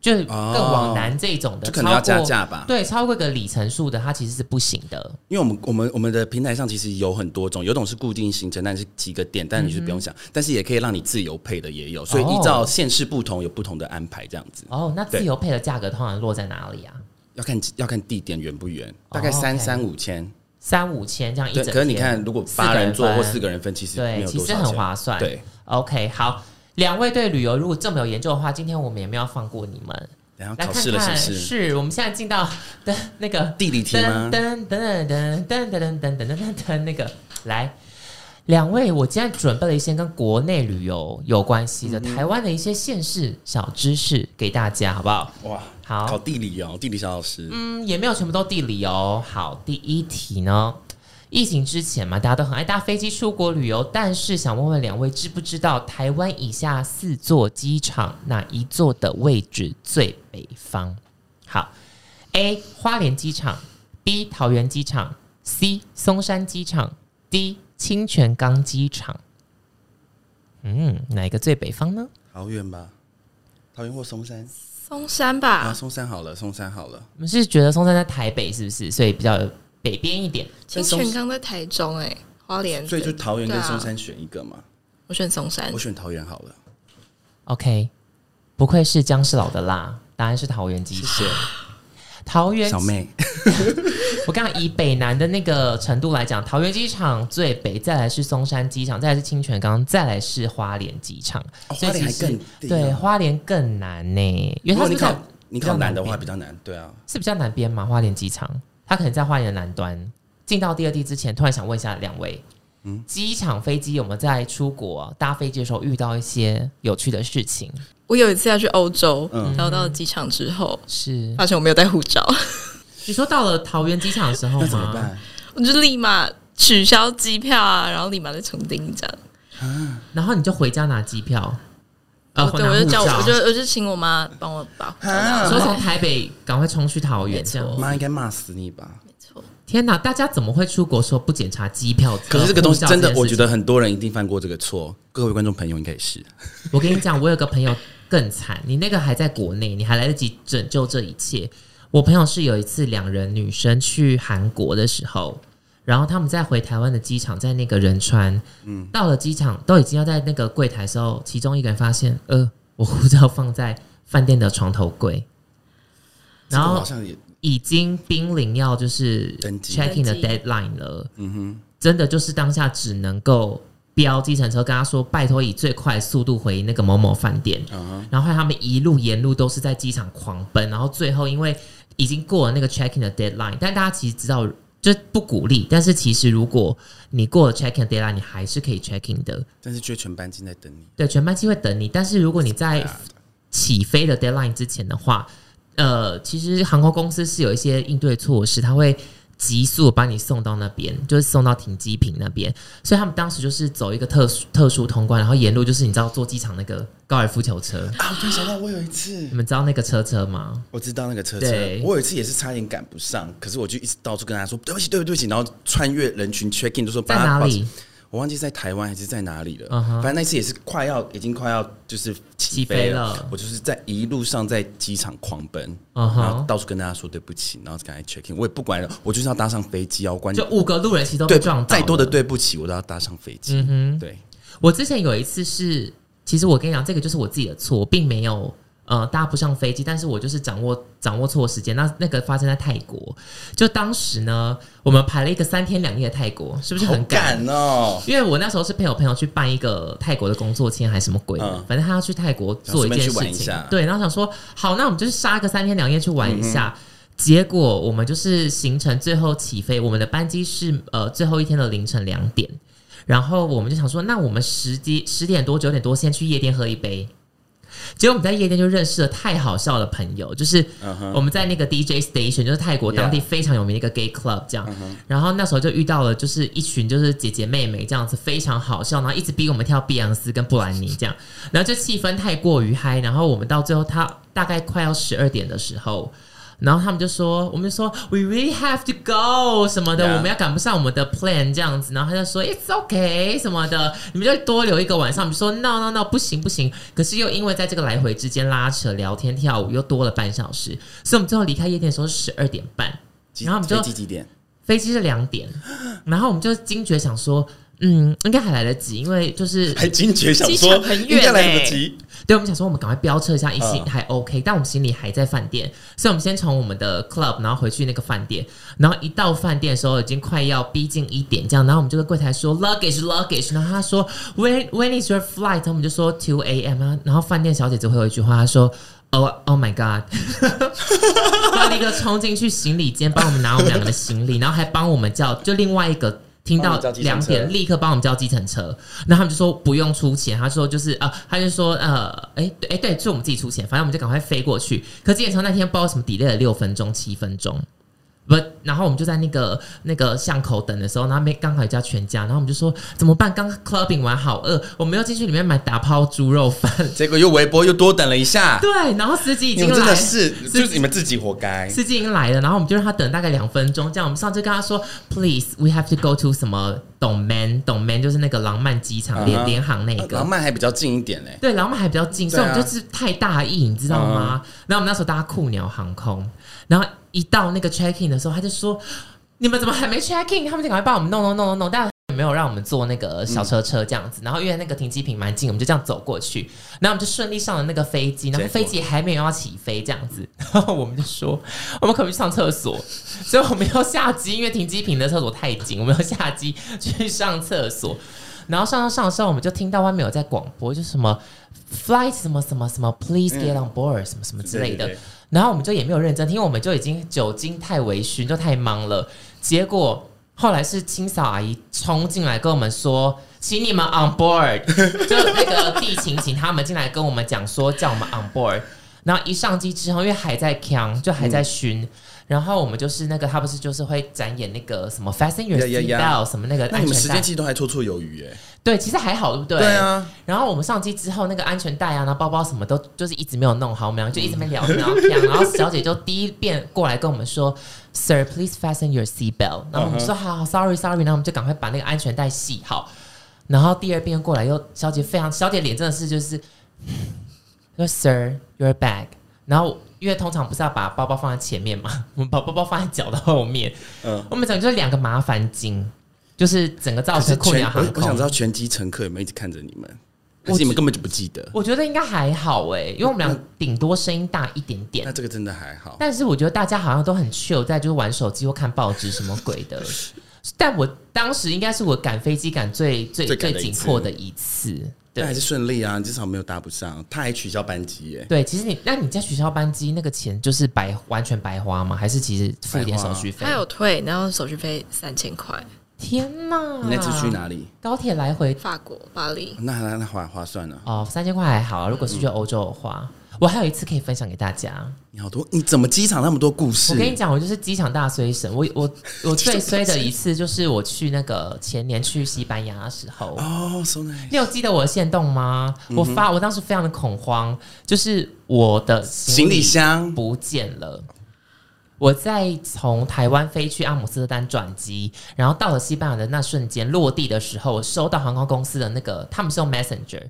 就更往南这种的，哦就可能要超加过价吧，对，超过一个里程数的，它其实是不行的。因为我们我们我们的平台上其实有很多种，有种是固定行程，但是几个点，但你是不用想，但是也可以让你自由配的也有，所以哦依照县市不同有不同的安排，这样子哦，那对自由配的价格通常落在哪里啊？要看要看地点远不远，哦大概三 OK 三五千，三五千这样一对。整可是你天看，如果四个八人座或分四个人分，其实没对，有其多实少很钱，划算。对。 ，OK，好，两位对旅游如果这么有研究的话，今天我们也没有放过你们。然后来考看试了看，是不是？我们现在进到的那个地理题吗噔噔噔噔噔噔噔噔噔噔噔噔那个来。两位，我今天准备了一些跟国内旅游有关系的、台湾的一些县市小知识给大家，好不好？哇，好考地理哦，地理小老师，嗯，也没有全部都地理哦。好，第一题呢，疫情之前嘛，大家都很爱搭飞机出国旅游，但是想问问两位，知不知道台湾以下四座机场哪一座的位置最北方？好，A 花莲机场，B 桃园机场，C 松山机场，D 清泉岗机场。嗯，哪一个最北方呢？桃园吧，桃园或松山松山啊，吧，松山好了，松山好了，我们是觉得松山在台北，是不是？所以比较北边一点。清泉岗在台中、哎，花莲，所以就桃园跟对啊松山选一个嘛，我选松山我。选桃园好了， OK，不愧是姜是老的辣，答案是桃园机谢场。谢桃园，小妹，我刚刚以北南的那个程度来讲，桃园机场最北，再来是松山机场，再来是清泉岗，再来是花莲机场。哦所以花莲还其实更低对，啊花莲更难呢，因如为它果是不是你在考你比考较难的南话边比较难，对啊，是比较南边嘛，花莲机场，它可能在花莲的南端。进到第二地之前，突然想问一下两位，嗯机场飞机有没有在出国搭飞机的时候遇到一些有趣的事情？我有一次要去欧洲，嗯然后到了机场之后，是发现我没有带护照， 你说到了桃园机场的时候那吗？怎么办？我就立马取消机票啊，然后立马再重订一张。然后你就回家拿机票，呃，我对，拿我就护叫我照就嗯我就请我妈帮我把护照拿所以回来从台北赶快冲去桃园，这样。哎啊妈应该骂死你吧？没错，天哪，大家怎么会出国说不检查机票？可是这个东西呃护照真的这，件我事觉情得很多人一定犯过这个错，各位观众朋友应该也是。我跟你讲，我有个朋友更惨，你那个还在国内，你还来得及拯救这一切。我朋友是有一次两人女生去韩国的时候，然后他们在回台湾的机场，在那个仁川，嗯，到了机场都已经要在那个柜台的时候，其中一个人发现，呃，我护照放在饭店的床头柜，然这个后好像也已经濒临要就是登机 checking 的登机 deadline 了，嗯哼，真的就是当下只能够飙计程车，跟他说拜托以最快速度回那个某某饭店，然后后来他们一路沿路都是在机场狂奔，然后最后因为已经过了那个 checking 的 deadline，但大家其实知道。就是不鼓励，但是其实如果你过了 checking deadline，你还是可以 checking 的。但是却全班正在等你。对，全班机会等你。但是如果你在啊起飞的 deadline 之前的话，呃，其实航空公司是有一些应对措施，它会急速把你送到那边，就是送到停机坪那边。所以他们当时就是走一个特殊特殊通关，然后沿路就是你知道坐机场那个高尔夫球车，啊，我突然想到，我有一次你，们知道那个车车吗？我知道那个车车对，我有一次也是差点赶不上，可是我就一直到处跟他说对不起，对不起，对不起，然后穿越人群 check in 就说在帮他哪保持里？我忘记在台湾还是在哪里了。嗯哼反正那次也是快要，已经快要就是起起飞了。了我就是在一路上在机场狂奔嗯哼然后到处跟大家说对不起，然后赶快 check in。我也不管了，我就是要搭上飞机啊，我管你就五个路人其实都对被撞到，再多的对不起，我都要搭上飞机。嗯、对，我之前有一次是，其实我跟你讲，这个就是我自己的错，我并没有呃搭不上飞机，但是我就是掌握掌握错时间。那那个发生在泰国，就当时呢，我们排了一个三天两夜的泰国，是不是好很赶哦。因为我那时候是陪我朋友去办一个泰国的工作签还是什么鬼的，嗯反正他要去泰国做一件想顺事便去玩一情下，对，然后想说好，那我们就是杀个三天两夜去玩一下。嗯结果我们就是行程最后起飞，我们的班机是呃最后一天的凌晨两点，然后我们就想说，那我们十点十点多九点多先去夜店喝一杯。结果我们在夜店就认识了太好笑的朋友，就是嗯哼我们在那个 DJ station，就是泰国当地 Yeah 嗯非常有名的一个 gay club 这样。然后那时候就遇到了，就是一群就是姐姐妹妹这样子，非常好笑，然后一直逼我们跳碧昂斯跟布兰妮这样，然后就气氛太过于嗨，然后我们到最后他大概快要十二点的时候。然后他们就说，我们就说 we really have to go 什么的 Yeah 我们要赶不上我们的 plan 这样子。然后他就说 it's okay 什么的，你们就多留一个晚上。我们说 no no no 不行不行，可是又因为在这个来回之间拉扯、聊天、跳舞，又多了半小时，所以我们最后离开夜店的时候是十二点半。几然后我们就飞机几点？飞机是两点，然后我们就惊觉想说，嗯，应该还来得及，因为就是还惊觉想机说场很应远该来欸得及，对我们想说，我们赶快飙车一下，一心嗯还 OK，、但我们行李还在饭店，所以我们先从我们的 club，然后回去那个饭店，然后一到饭店的时候已经快要逼近一点这样，然后我们就跟柜台说 luggage luggage，然后他说 when when is your flight，我们就说 two a.m. 啊，然后饭店小姐只会有一句话，她说 oh oh my god，他立刻冲进去行李间帮我们拿我们两个的行李，然后还帮我们叫就另外一个听到帮我叫计程两车点，立刻帮我们叫计程车。那他们就说不用出钱，他说就是呃，他就说呃，哎对哎对，是我们自己出钱，反正我们就赶快飞过去。可计程车那天不知道为什么 delay 了六分钟、七分钟。不，然后我们就在那个那个巷口等的时候，然后没刚好有一家全家，然后我们就说怎么办？刚 clubbing 完好饿，我们要进去里面买打抛猪肉饭。结果又微波又多等了一下，对，然后司机已你经们真来，的是就是你们自己活该。司机已经来了，然后我们就让他等大概两分钟，这样我们上次跟他说，please we have to go to 什么董 man，董 man 就是那个浪漫机场联啊哈联航那然后个。慢还比较近一点嘞，对，然后我们还比较近，所对以啊嗯我们就是太大意，你知道吗？然后我们那时候搭酷鸟航空，然后一到那个 check in 的时候，他就说：“你们怎么还没 check in？” 他们就赶快帮我们弄弄弄弄弄，但没有让我们坐那个小车车这嗯样子。然后因为那个停机坪蛮近，我们就这样走过去，然后我们就顺利上了那个飞机，然后结果飞机还没有要起飞这样子， 然后我们就说：“我们可不可以去上厕所？”所以我们要下机，因为停机坪的厕所太紧，我们要下机去上厕所。然后上上上的时候，我们就听到外面有在广播，就是什么 flight 什么什么什么，please get on board、什么什么之类的。对对对然后我们就也没有认真听，因为我们就已经酒精太微醺，就太忙了。结果后来是清扫阿姨冲进来跟我们说，请你们 on board，就是 那个地勤请他们进来跟我们讲说，叫我们 on board。然后一上机之后，因为还在呛，就还在熏。然后我们就是那个，他不是就是会展演那个什么 fasten your Yeah, yeah, seat yeah. belt 什么那个那你安们全时带间其，实都还绰绰有余哎。对，其实还好，对不对？对啊，然后我们上机之后，那个安全带啊，然后包包什么都就是一直没有弄好，我们俩就一直没聊，然后聊，然后小姐就第一遍过来跟我们说，Sir, please fasten your seat belt。然后嗯我们就说好好，sorry, sorry，然后我们就赶快把那个安全带系好。然后第二遍过来又，小姐非常，小姐脸真的是就是，说 Sir, your bag。然后因为通常不是要把包包放在前面嘛，我们把包包放在脚的后面，嗯，我们整个就是两个麻烦精，就是整个造可是成困全扰航我空。我想知道全机乘客有没有一直看着你们，我可是你们根本就不记得。我觉得应该还好哎、因为我们俩顶多声音大一点那点。这个真的还好，但是我觉得大家好像都很 chill，在就是玩手机或看报纸什么鬼的。但我当时应该是我赶飞机赶最最最赶最的一紧次迫的一次。但还对是顺利啊，至少没有搭不上。他还取消班机耶，对，其实你那你在取消班机那个钱就是白完全白花吗？还是其实付一点白花手啊续费他？有退，然后手续费三千块，天哪！你那次去？哪里？高铁来回法国巴黎。那那那划划算了。哦，三千块还好啊。如果是去欧洲的话，我还有一次可以分享给大家。你好多，你怎么机场那么多故事我？跟你讲，我就是机场大衰神。我我 我最衰的一次就是我去那个前年去西班牙的时候，哦，so 嗯 nice，你有记得我的线动吗？我发，我当时非常的恐慌，就是我的行行李李箱不见了。我在从台湾飞去阿姆斯特丹转机，然后到了西班牙的那瞬间，落地的时候，我收到航空公司的那个，他们是用 Messenger。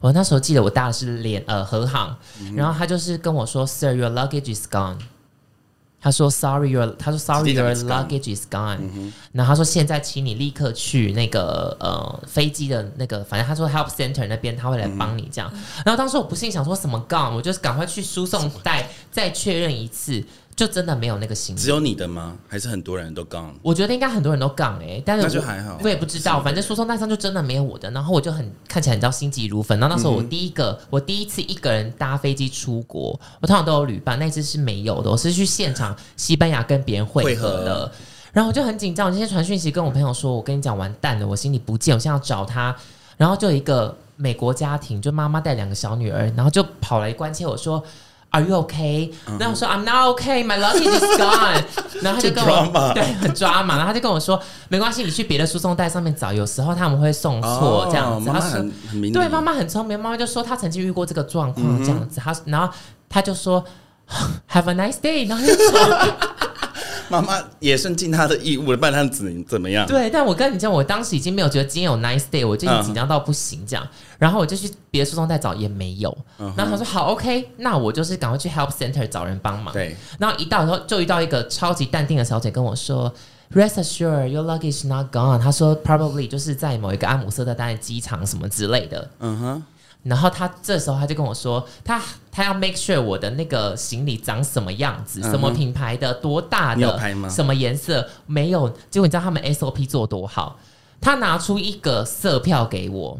我那时候记得我搭的是联呃和航，然后他就是跟我说，Sir, your luggage is gone。他说，Sorry, your 他说直 Sorry, 接讲 your it's gone luggage is gone。然后他说，现在请你立刻去那个呃飞机的那个，反正他说 Help Center 那边他会来帮你这样。然后当时我不信，想说什么 gone，我就是赶快去输送带再确认一次，就真的没有那个行李只。有你的吗？还是很多人都 gone？我觉得应该很多人都杠哎、但是那就我还好我也不知道，反正输送带上就真的没有我的，然后我就很看起来你知道心急如焚。然后那时嗯候我第一个，我第一次一个人搭飞机出国，我通常都有旅伴，那次是没有的，我是去现场西班牙跟别人会合会的合。然后我就很紧张，我今天传讯息跟我朋友说，我跟你讲完蛋了，我行李不见，我现在要找他。然后就有一个美国家庭，就妈妈带两个小女儿，然后就跑来关切我说：“Are you okay？” 嗯然后我说：“I'm not okay, my luggage is gone。”然后他就跟就我 drama 对很抓嘛，然后他就跟我说：“没关系，你去别的输送带上面找，有时候他们会送错、这样哦子。”妈妈他说很很明理。对，妈妈很聪明，妈妈就说她曾经遇过这个状嗯况，这样子。她然后她就说 “Have a nice day”，然后就走。妈妈也算尽她的义务了，不然她只能怎么样？对，但我跟你讲，我当时已经没有觉得今天有 nice day，我就已经紧张到不行这样。然后我就去别的输送带找，也没有。然后他说好 OK，那我就是赶快去 help center 找人帮忙。对，然后一到以后就遇到一个超级淡定的小姐跟我说。Rest assured, your luggage is not gone。她说，probably 就是在某一个阿姆斯特丹的机场什么之类的。嗯哼，然后他这时候他就跟我说，他他要 make sure 我的那个行李长什么样子，嗯哼什么品牌的，多大你有的拍吗，什么颜色，没有。结果你知道他们 SOP 做多好，他拿出一个色票给 我。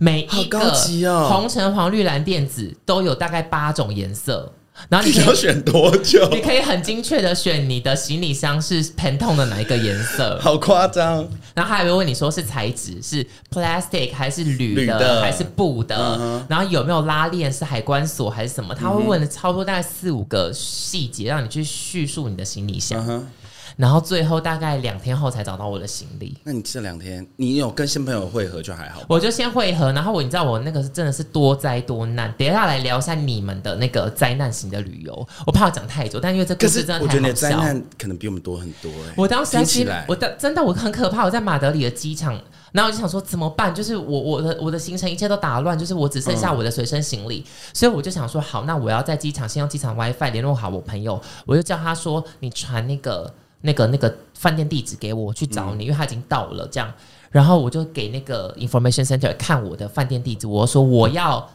每好一高个级哦红橙黄绿蓝靛紫都有大概八种颜色，然后你你可 要以选多 久？你可以很精确的选你的行李箱是 Pantone 的哪一个颜 色，好夸张！然后他还会问你说是材质是 plastic 还是铝铝的的嗯还是布的，然后有没有拉链是海关锁还是什么，他会问的差不多大概四五个细节，让你去叙述你的行李箱，嗯哼，然后最后大概两天后才找到我的行李。那你这两天你有跟新朋友会合就还好吧？我就先汇合，然后我你知道我那个是真的是多灾多难，等一下来聊一下你们的那个灾难型的旅游。我怕我讲太久，但因为这故可事是真的我太觉得你好的灾笑。难可能比我们多很多哎、我当时在听起心来，我的真的我很可怕，我在马德里的机场，然后我就想说怎么办？就是我我的我的行程一切都打乱，就是我只剩嗯下我的随身行李，所以我就想说好，那我要在机场先用机场 WiFi 联络好我朋友，我就叫他说你传那个那个那个饭店地址给我我去找嗯你，因为他已经到了这样。然后我就给那个 information center 看我的饭店地址，我说我要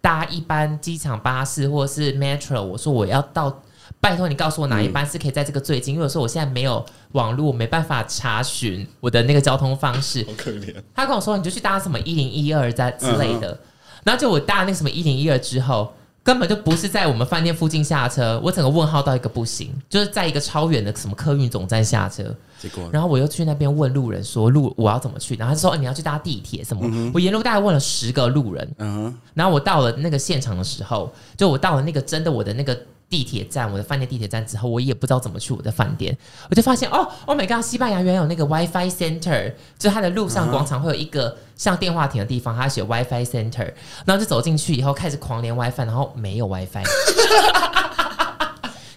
搭一班机场巴士或是 metro，我说我要到，拜托你告诉我哪一班是可以在这个最近，因为我说我现在没有网络，我没办法查询我的那个交通方式。好可怜。他跟我说你就去搭什么一零一二在之类的，然后就我搭那什么一零一二之后。根本就不是在我们饭店附近下车，我整个问号到一个不行，就是在一个超远的什么客运总站下车，结果然后我又去那边问路人说路我要怎么去，然后他就说、哦你要去搭地铁什么，我沿路大概问了十个路人，嗯哼，然后我到了那个现场的时候，就我到了那个真的我的那个地铁站，我的饭店地铁站之后，我也不知道怎么去我的饭店，我就发现哦，Oh my god，西班牙原来有那个 WiFi Center，就是它的路上广场会有一个像电话亭的地方，它写 WiFi Center，然后就走进去以后开始狂连 WiFi，然后没有 WiFi。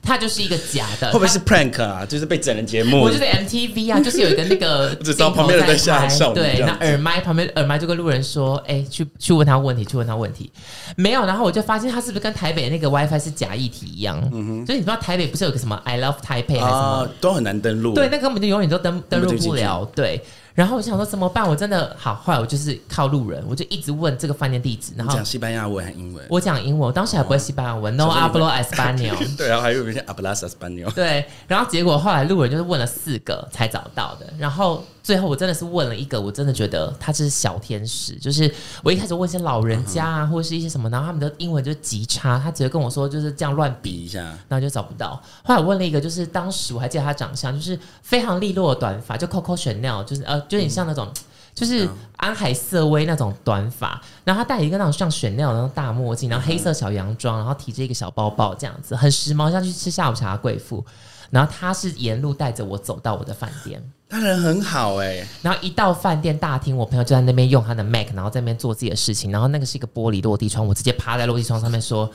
它就是一个假的，会不会它是 prank 啊？就是被整人节目我就是 MTV 啊，就是有一个那个只知道旁边人在吓镜头在拍笑你对，这样那子耳麦旁边耳麦就跟路人说，哎、去去问他问题，去问他问题，没有，然后我就发现他是不是跟台北那个 WiFi 是假议题一样，所以你知道台北不是有个什么 I love Taipei 还是什么嗯啊，都很难登录。对，那根本就永远都登登根本录就进不不了。对，然后我想说怎么办？我真的好，后来我就是靠路人，我就一直问这个饭店地址，然你后讲西班牙文还英文？我讲英文，我当时还不会西班牙文、n o 小时候 hablo 你 español。 对啊，还有一些阿布拉斯西班牙。对，然后结果后来路人就是问了四个才找到的，然后最后我真的是问了一个，我真的觉得他是小天使，就是我一开始问一些老人家啊，或者是一些什么，然后他们的英文就极差，他直接跟我说就是这样乱比。比一下，然后就找不到，后来我问了一个，就是当时我还记得他长相，就是非常利落的短发，就 Coco Chanel，就是呃，就有点像那种，就是安海瑟薇那种短发，然后他戴一个那种像 Chanel 的那种大墨镜，然后黑色小洋装，然后提着一个小包包，这样子很时髦，像去吃下午茶的贵妇。然后他是沿路带着我走到我的饭店，他人很好哎、然后一到饭店大厅，我朋友就在那边用他的 Mac，然后在那边做自己的事情。然后那个是一个玻璃落地窗，我直接趴在落地窗上面说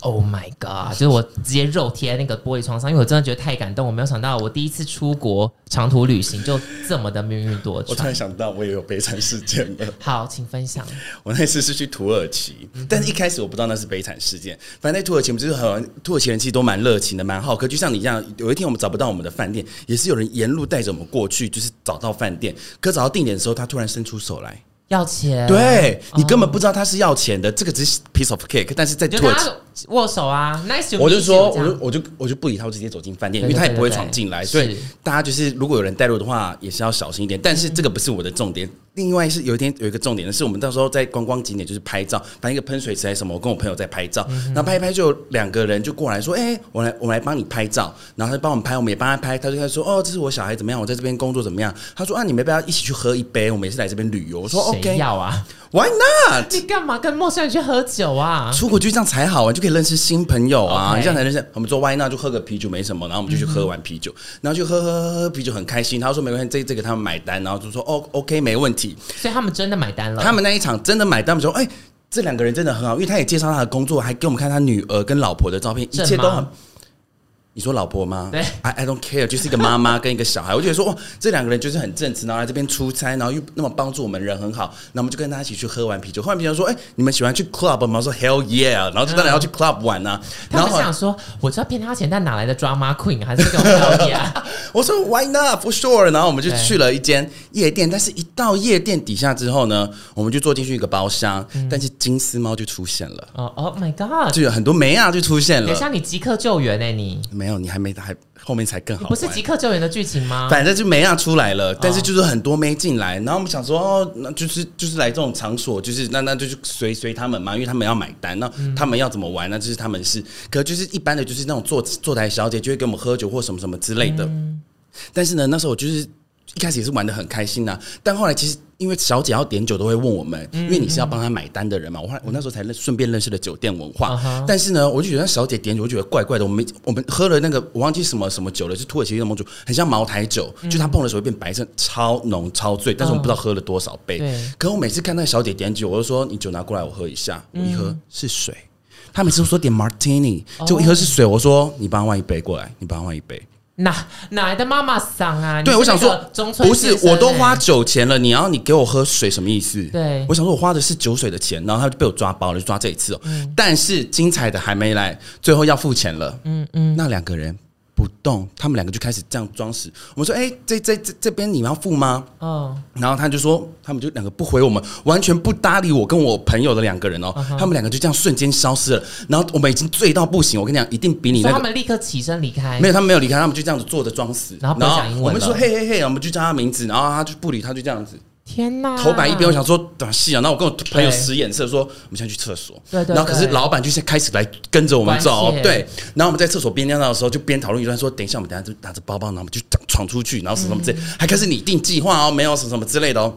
：“Oh my god！” 就是我直接肉贴那个玻璃窗上，因为我真的觉得太感动。我没有想到我第一次出国长途旅行就这么的命运多我突舛然。想到，我也有悲惨事件了。好，请分享。我那次是去土耳其，但是一开始我不知道那是悲惨事件。反正在土耳其，我们就是很土耳其人其实都蛮热情的，蛮好客。就像你一样，有一天我们找不到我们的饭店，也是有人沿路带着我们过去，就是找到饭店。可找到定点的时候，他突然伸出手来，要钱？，对你根本不知道他是要钱的，这个只是 piece of cake。但是在你土就跟耳其他。握手啊，Nice to meet you。我就说，我这就样我就我就不理他，我直接走进饭店，对因为他也对不会对对闯进来，是嗯所以大家就是如果有人带路的话，也是要小心一点。但是这个不是我的重点，另外是有一天有一个重点的是，我们到时候在观光景点就是拍照，反正一个喷水池还是什么，我跟我朋友在拍照，嗯然后拍一拍就有两个人就过来说，哎，我来我来帮你拍照，然后他就帮我们拍，我们也帮他拍，他就开始说，哦，这是我小孩怎么样，我在这边工作怎么样，他说啊，你们要不要一起去喝一杯？我们也是来这边旅游，我说谁 OK，Why 要啊？ not？你干嘛跟陌生人去喝酒啊？出国就这样才好玩，就可以认识新朋友啊 OK 这样才认识。我们说 Why not 就喝个啤酒没什么，然后我们就去喝完啤酒，然后就喝喝喝喝啤酒很开心。他说没关系，这这个他们买单，然后就说哦 OK 没问题。所以他们真的买单了。他们那一场真的买单，我们说哎、这两个人真的很好，因为他也介绍他的工作，还给我们看他女儿跟老婆的照片，一正切都吗很。你说老婆吗？对 ，I I don't care，就是一个妈妈跟一个小孩，我就觉得说， 哇，这两个人就是很正直，然后来这边出差，然后又那么帮助我们，人很好，那我们就跟他一起去喝完啤酒，喝完啤酒说，哎、你们喜欢去 club 吗？我说 Hell yeah，然后就当然要去 club 玩啊，嗯他然后们后来想说，我知道骗他钱，但哪来的 drama queen 还是给我表演？我说 Why not for sure？然后我们就对去了一间夜店，但是一到夜店底下之后呢，我们就坐进去一个包厢，嗯但是金丝猫就出现了。哦，Oh my god！就有很多梅亚就出现了等一。下，你即刻救援哎、你没有，你还没还后面才更好不玩。是啊即刻救援的剧情吗？反正就没让出来哦了，但是就是很多没进来，然后我们想说，哦，那就是就是来这种场所，就是那那就是随随他们嘛，因为他们要买单，那嗯他们要怎么玩，那就是他们是，可就是一般的就是那种坐坐台小姐就会给我们喝酒或什么什么之类的，嗯但是呢，那时候我就是一开始也是玩的很开心呐、啊但后来其实因为小姐要点酒都会问我们，嗯因为你是要帮她买单的人嘛。我后来我那时候才认顺便认识了酒店文化啊哈但是呢，我就觉得小姐点酒，我觉得怪怪的。我们我们喝了那个我忘记什么什么酒了，是土耳其的某种酒，很像茅台酒，嗯就她碰的时候会变白色，超浓超醉，但是我们不知道喝了多少杯。对可我每次看那个小姐点酒，我就说你酒拿过来我喝一下，我一喝、嗯是水。她每次都说点 martini，结果哦一喝是水，我说你帮她换一杯过来，你帮她换一杯。哪哪来的妈妈桑啊？你对，是我想那说个中，村不是先，生我都花欸酒钱了，你要你给我喝水什么意思？对我想说我花的是酒水的钱，然后他就被我抓包了，就抓这一次哦。嗯但是精彩的还没来，最后要付钱了。嗯嗯，那两个人不动，他们两个就开始这样装死。我们说，哎、这这这这边你们要付吗？嗯，然后他就说，他们就两个不回我们，完全不搭理我跟我朋友的两个人哦嗯他们两个就这样瞬间消失了。然后我们已经醉到不行，我跟你讲，一定比你所那以个他们立刻起身离开，没有，他们没有离开，他们就这样子坐着装死。然后不讲英文我们了说嘿嘿嘿，然后我们就叫他名字，然后他就不理，他就这样子天哪，头摆一边。我想说短戏啊，然后我跟我朋友啊对使眼色说我们先去厕所。对对然后可是对老板就是开始来跟着我们走关切，对。然后我们在厕所边尿尿的时候，就边讨论一段说，等一下我们等一下就拿着包包，然后我们就闯出去，然后什么什么嗯之类，还开始拟定计划哦，没有什么什么之类的哦。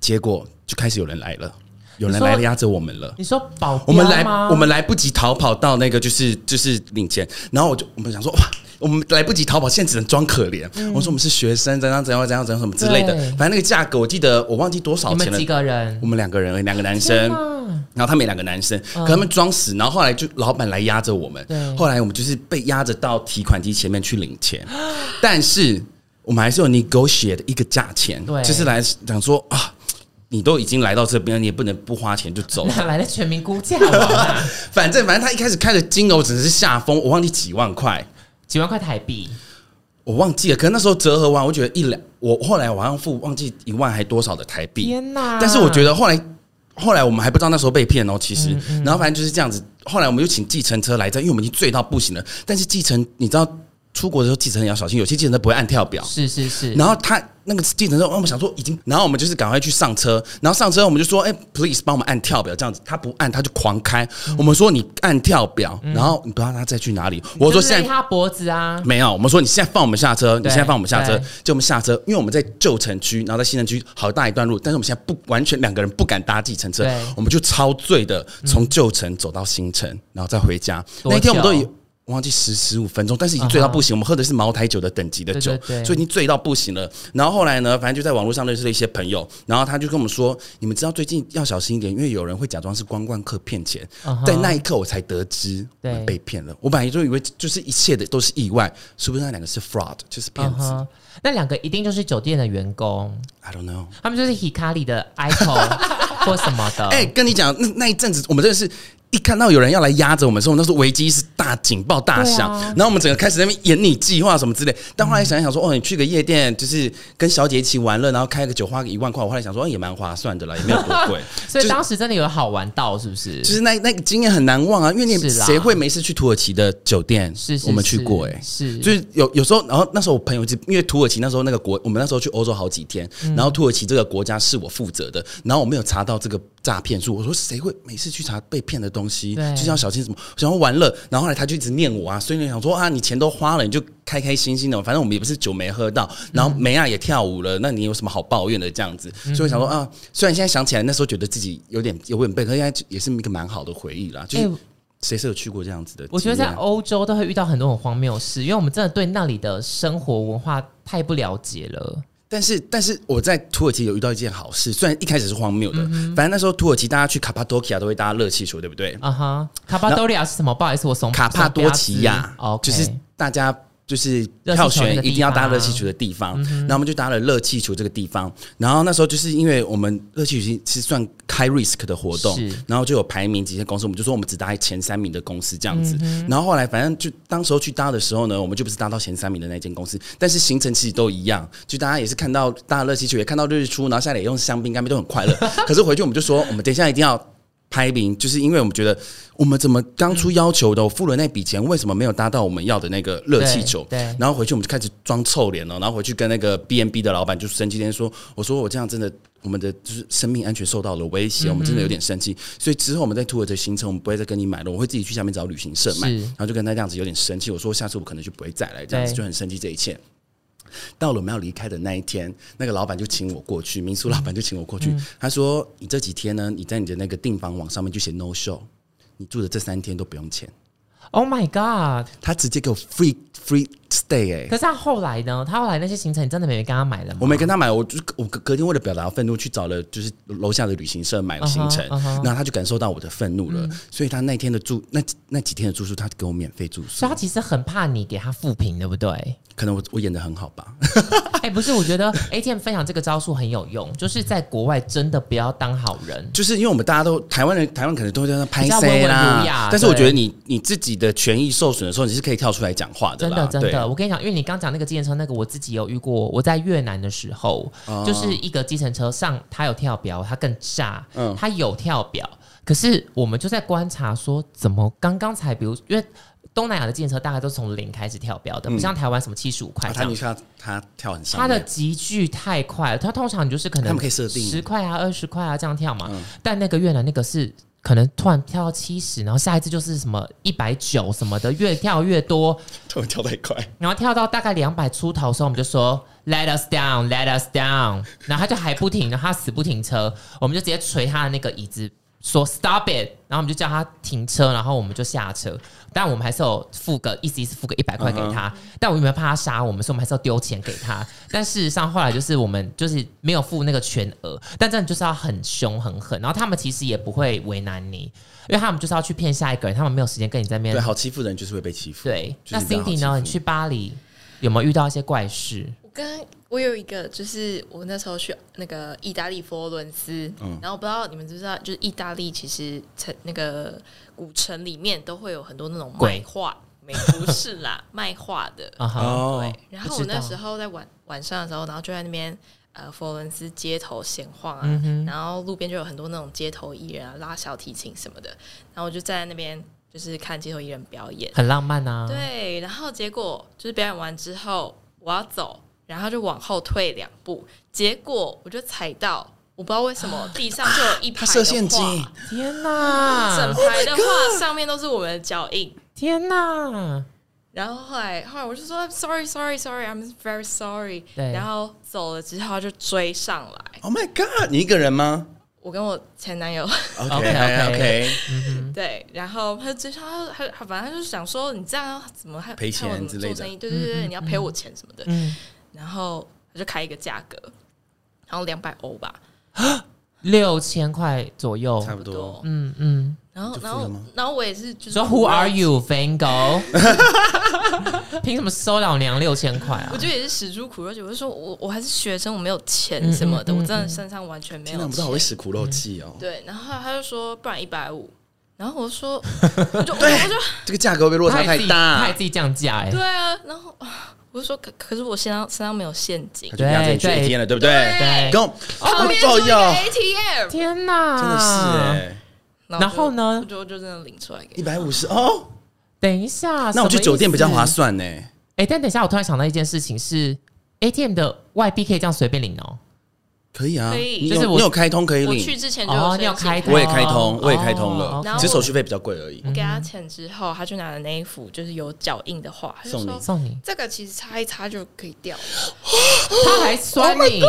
结果就开始有人来了，有人你说来压着我们了。你说保镖我们来吗我们来不及逃跑到那个就是就是领钱，然后我就我们想说哇。我们来不及逃跑，现在只能装可怜。我说我们是学生，怎样怎样怎样怎样什么之类的嗯对。反正那个价格我记得我忘记多少你钱们了几。个人我？们两个人而已，两个男天生，哪嗯然后他们也两个男生，可他们装死，然后后来就老板来压着我们对，后来我们就是被压着到提款机前面去 领钱，但是我们还是有 negotiate 一个价钱，对就是来讲说啊，你都已经来到这边，你也不能不花钱就走，哪来的全民估价王 啊？反正反正他一开始开的金额我只是下风，我忘记几万块，几万块台币，我忘记了。可能那时候折合完，我觉得一两，我后来我好像付忘记一万还多少的台币，天哪！但是我觉得后来。后来我们还不知道那时候被骗哦，其实，嗯然后反正就是这样子。后来我们就请计程车来这，因为我们已经醉到不行了。但是计程，你知道出国的时候计程也要小心，有些计程车不会按跳表，是是是，然后他那个计程车，我们想说已经，然后我们就是赶快去上车，然后上车我们就说，哎、p l e a s e 帮我们按跳表这样子，他不按他就狂开，我们说你按跳表，然后你不知道他再去哪里，我说嗯就是现勒在。他脖子啊，没有，我们说你现在放我们下车，你对现在放我们下车对，就我们下车，因为我们在旧城区，然后在新城区好大一段路，但是我们现在不完全两个人不敢搭计程车对，我们就超醉的从旧城走到新城，然后再回家。多那天我们都久嗯有忘记十十五分钟，但是已经醉到不行，我们喝的是茅台酒的等级的酒对，对对所以已经醉到不行了。然后后来呢，反正就在网络上认识了一些朋友，然后他就跟我们说，你们知道最近要小心一点，因为有人会假装是观光客骗钱嗯哼。在那一刻我才得知我对们被骗了，我本来就以为就是一切的都是意外，是不是那两个是 fraud，就是骗嗯子哼，那两个一定就是酒店的员工， ？I don't know。他们就是 Hikari 的 icon 或什么的。哎、跟你讲，那那一阵子我们真的是。一看到有人要来压着我们的时候，那时候危机是大警报大响，对啊。然后我们整个开始在那边演你计划什么之类。但后来想一想说，哦，你去个夜店，就是跟小姐一起玩乐，然后开个酒花个一万块，我后来想说、哦也蛮划算的啦，也没有多贵 所以就是当时真的有好玩到，是不是？就是那那个经验很难忘啊，因为你是啦谁会没事去土耳其的酒店？是是我们去过哎、是是就是有有时候，然后那时候我朋友就因为土耳其那时候那个国，我们那时候去欧洲好几天，嗯然后土耳其这个国家是我负责的，然后我没有查到这个诈骗数，我说谁会每次去查被骗的东西，对就是要小心什么，想要玩乐，然后后来他就一直念我啊，所以你想说啊，你钱都花了，你就开开心心的，反正我们也不是酒没喝到，然嗯后梅亚也跳舞了，那你有什么好抱怨的这样子？所以我想说嗯啊，虽然现在想起来那时候觉得自己有点有点背，可是现在也是一个蛮好的回忆啦，就是哎谁是有去过这样子的经验？我觉得在欧洲都会遇到很多很荒谬的事，因为我们真的对那里的生活文化太不了解了。但是，但是我在土耳其有遇到一件好事，虽然一开始是荒谬的，反正那时候土耳其大家去卡帕多奇亚都会搭热气球，对不对？啊哈，卡巴多利亚是什么？不好意思，我怂。卡帕多奇亚哦，就是大家就是热气球那票选个地一定要搭方嗯热气球的地方，然后我们就搭了热气球这个地方。然后那时候就是因为我们热气球其实算 high risk 的活动是，然后就有排名几些公司，我们就说我们只搭前三名的公司这样子。嗯然后后来反正就当时候去搭的时候呢，我们就不是搭到前三名的那间公司，但是行程其实都一样，就大家也是看 到搭热气球，也看到日出，然后下来也用香槟干杯都很快乐。可是回去我们就说，我们等一下一定要。拍名，就是因为我们觉得我们怎么当初要求的，我付了那笔钱，为什么没有搭到我们要的那个热气球？对对然后回去我们就开始装臭脸哦了，然后回去跟那个 B N B 的老板就生气，天说我说我这样真的。我们的就是生命安全受到了威胁，我们真的有点生气，所以之后我们在土耳其行程我们不会再跟你买了，我会自己去下面找旅行社买，是然后就跟他这样子有点生气，我说下次我可能就不会再来，这样子对就很生气这一切。到了我们要离开的那一天，那个老板就请我过去，民宿老板就请我过去。嗯他说：“你这几天呢，你在你的那个订房网上面就写 no show，你住的这三天都不用钱。 Oh my god！” 他直接给我 free free stay 哎、可是他后来呢？他后来那些行程你真的没跟他买了吗？我没跟他买，我就我隔隔天为了表达愤怒，去找了就是楼下的旅行社买了行程，嗯哼嗯哼嗯然后他就感受到我的愤怒了，所以他那天的住那那几天的住宿，他给我免费住宿所以他，其实很怕你给他复评，对不对？可能我我演的很好吧。哎、不是，我觉得 ATM 分享这个招数很有用，就是在国外真的不要当好人。就是因为我们大家都台湾人，台湾可能都会在那拍比较塞温文儒雅啦，但是我对觉得你你自己的权益受损的时候，你是可以跳出来讲话真啦的，。真对的，我跟你讲，因为你刚讲那个计程车，那个我自己有遇过。我在越南的时候，哦就是一个计程车上，他有跳表，他更炸，嗯他有跳表，可是我们就在观察说，怎么刚刚才，比如因为东南亚的计程车大概都是从零开始跳表的，不像台湾什么七十五块嗯啊这他样你看他跳很上它面，的集聚太快了，它通常你就是可能他们可以设定十块啊、二十块啊这样跳嘛。嗯但那个越南那个是可能突然跳到七十，然后下一次就是什么一百九什么的，越跳越多，他们跳太快，然后跳到大概两百出头的时候，我们就说 Let us down, Let us down，然后他就还不停，然后他死不停车，我们就直接捶他的那个椅子。说 Stop it，然后我们就叫他停车，然后我们就下车。但我们还是有付个，意思意思付个一百块给他。但我们没有怕他杀我们，所以我们还是要丢钱给他。但事实上后来就是我们就是没有付那个全额，但真的就是要很凶很狠。然后他们其实也不会为难你，因为他们就是要去骗下一个人，他们没有时间跟你在面对，好欺负的人就是会被欺负。对，就那是这样 Cindy 呢？好欺负你去巴黎有没有遇到一些怪事？我跟我有一个，就是我那时候去那个意大利佛罗伦斯，然后不知道你们知不知道，就是意大利其实城那个古城里面都会有很多那种卖鬼画，没不是 啦，卖画的。啊哈，哦对，，然不后知我那道时候在晚晚上的时候，然后就在那边呃佛罗伦斯街头闲晃啊，嗯然后路边就有很多那种街头艺人啊，拉小提琴什么的，然后我就站在那边就是看街头艺人表演。很浪漫嗯啊。对，然后结果就是表演完之后，我要走，然后就往后退两步，结果我就踩到，我不知道为什么地上就有一排啊他的设陷画阱，啊 Oh 天整哪，排的画上面都是我们的脚印。天哪！然后后来后来我就说 I'm sorry sorry sorry I'm very sorry，对然后走了之后他就追上来， ，Oh my God，你一个人吗我跟我前男友？OK OK，OK OK，嗯 对，然后他就追上他就，他他反正他就想说你这样要怎么还赔钱害我怎么之类的嗯做生意，对对对，你要赔我钱什么的，嗯，然后他就开一个价格，然后两百欧吧，六千块左右。差不不多。。嗯嗯，然后就付然了后吗然后我也是就是说 Who are you, Van Gogh？凭什么收老娘六千块啊我？就也是使出苦肉计，我就说我我还是学生，我没有嗯钱什么的，嗯嗯我真的身上完全没天有哪，我钱。不知道我会使苦肉计哦。对，然后他就说不然一百五，然后 我说我就我就这个价格会不会落差他也太自己他也大自？己降价哎对。啊，然后啊我就说可可是我身上身上没有现金他，就压着你去对 ATM 了，对不对？对跟我旁我边造就一个谣， ATM，天哪！真的是哎，然后呢我就我就真的领出来给一他。百五十哦，等一下，那我去什么酒店比较意思划。算呢。哎，但等一下，我突然想到一件事情是，ATM 的外币可以这样随便领哦。可以啊，可以你就是有我你有开通可以我去领，之前就有哦，申你有请开通？我也开通，我也开通哦了嗯，OK，然后只是手续费比较贵而已。我给他钱之后，他就拿了那一幅就是有脚印的画，他就送说你送你。这个其实擦一擦就可以掉了。他还酸 Oh 你，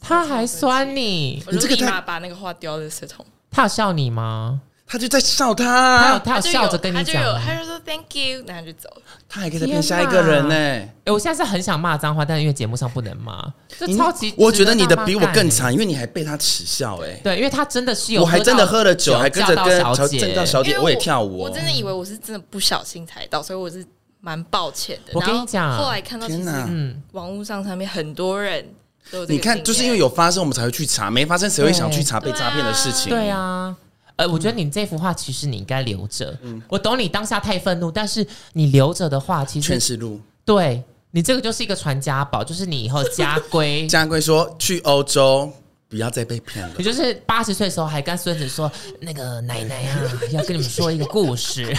他还酸你，我你就这个立太马把那个画丢了圾桶。他有笑你吗？他就在笑他他啊、有他有就笑着跟他你就讲有吗。他就说 Thank you，然后就走了。他还可以再骗下一个人呢、哎，我现在是很想骂脏话，但是因为节目上不能骂，这超级。我觉得你的比我更。惨，因为你还被他耻笑哎、对，因为他真的是有，我还真的喝了酒，还跟着跟小朝姐正到小因姐，为我也跳舞、我真哦。的以为我是真的不小心踩到，所以我是蛮抱歉的。我跟你然后讲后来看到其天实哪！网络上上面很多人都有这个你看，经就是验因为有发生，我们才会去查，没发生谁会想去查被对诈骗的事情？对，啊。呃，我觉得你这幅画其实你应该留着。嗯我懂你当下太愤怒，但是你留着的话，其劝实世路。 对你这个就是一个传家宝，就是你以后家规家规说去欧洲不要再被骗了你。就是八十岁的时候还跟孙子说，那个奶奶 啊，要跟你们说一个故事，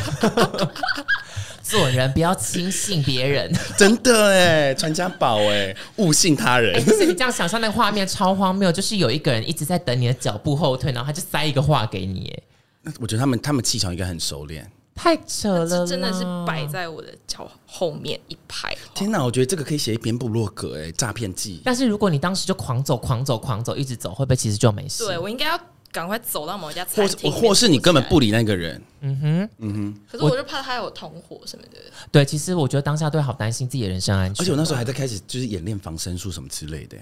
做人不要轻信别人。真的哎，传家宝哎，误信他人 哎、。就是你这样想象那个画面超荒谬，就是有一个人一直在等你的脚步后退，然后他就塞一个话给你，哎，我觉得他们他们技巧应该很熟练。太扯了啦，真的是摆在我的脚后面一排。哦天哪，我觉得这个可以写一篇部落格哎，诈骗记。但是如果你当时就狂走、狂走、狂走，一直走，会不会其实就没事？对我应该要赶快走到某一家餐或是厅，或是你根本不，理那个人，可是我就怕他有同伙什么的。对，其实我觉得当下都会好担心自己的人身安全。而且我那时候还在啊开始就是演练防身术什么之类的，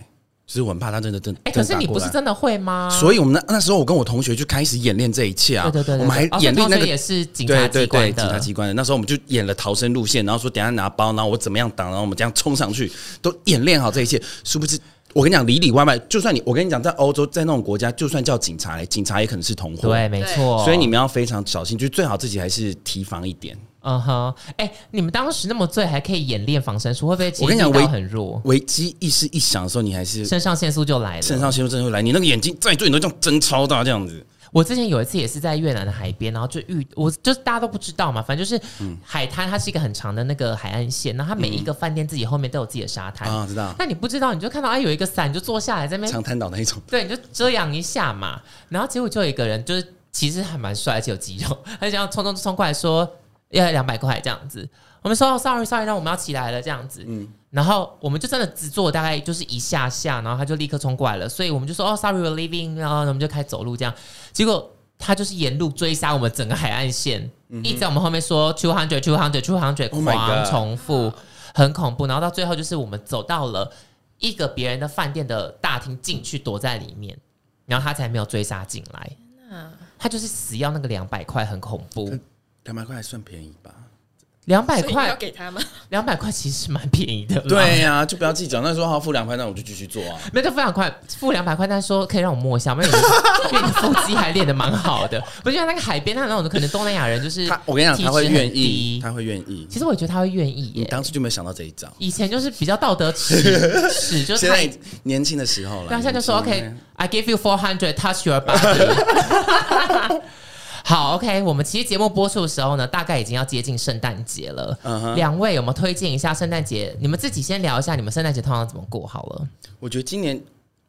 就是我很怕他真的真。哎、真可的是打你不过来是真的会吗？所以我们那那时候我跟我同学就开始演练这一切啊，对对对对我们还对哦演所以练那同学个也是警察对机对关对的警察机关的。那时候我们就演了逃生路线，然后说等一下拿包，然后我怎么样挡，然后我们这样冲上去，都演练好这一切，殊不知。我跟你讲，里里外外，就算你，我跟你讲，在欧洲，在那种国家，就算叫警察来，欸警察也可能是同伙。对，，没错。所以你们要非常小心，就最好自己还是提防一点。嗯哼，哎、你们当时那么醉，还可以演练防身术，会不会其我跟实你讲力道唯很弱，危机意识一响的时候，你还是肾上腺素就来了。肾上腺素真的会来，你那个眼睛再对，你都这样睁超大这样子。我之前有一次也是在越南的海边，然后就遇我就是大家都不知道嘛，反正就是嗯海滩，它是一个很长的那个海岸线，然后它每一个饭店自己后面都有自己的沙滩啊知啊道那你不知道，你就看到哎有一个伞，你就坐下来在那边长滩岛那一种，对，你就遮阳一下嘛。然后结果就有一个人，就是其实还蛮帅，而且有肌肉，他就这样冲冲冲过来说要两百块这样子。我们说、哦、sorry sorry，那我们要起来了这样子。嗯，然后我们就真的只坐大概就是一下下，然后他就立刻冲过来了，所以我们就说哦 sorry we're leaving，然后我们就开始走路这样。结果他就是沿路追杀我们整个海岸线，一直在我们后面说 two hundred two hundred two hundred 嗯 Oh my 狂 God 重复，很恐怖。然后到最后就是我们走到了一个别人的饭店的大厅进去，躲在里面，然后他才没有追杀进来。他就是死要那个两百块，很恐嗯怖。两百块还算便宜吧？两百所以要块，给他们，两百块其实是蛮便宜的。对，呀、啊就不要计较。那时候好付两块，那我就继续做啊。那就付两块，付两百块，但是说可以让我摸一下，没有，因为你的腹肌还练得蛮好 的。不是因为那个海边那种可能东南亚人就是他，我跟你讲，体他会脂很愿意，低他会愿意。其实我也觉得他会愿意你耶。当初就没有想到这一招，以前就是比较道德耻耻，就是嗯现太在年轻的时候了。当下就说年轻的 OK，I、give you four hundred, touch your body 。 好，OK，我们其实节目播出的时候呢，大概已经要接近圣诞节了。嗯哼两位有没有推荐一下圣诞节？你们自己先聊一下，你们圣诞节通常怎么过好了？我觉得今年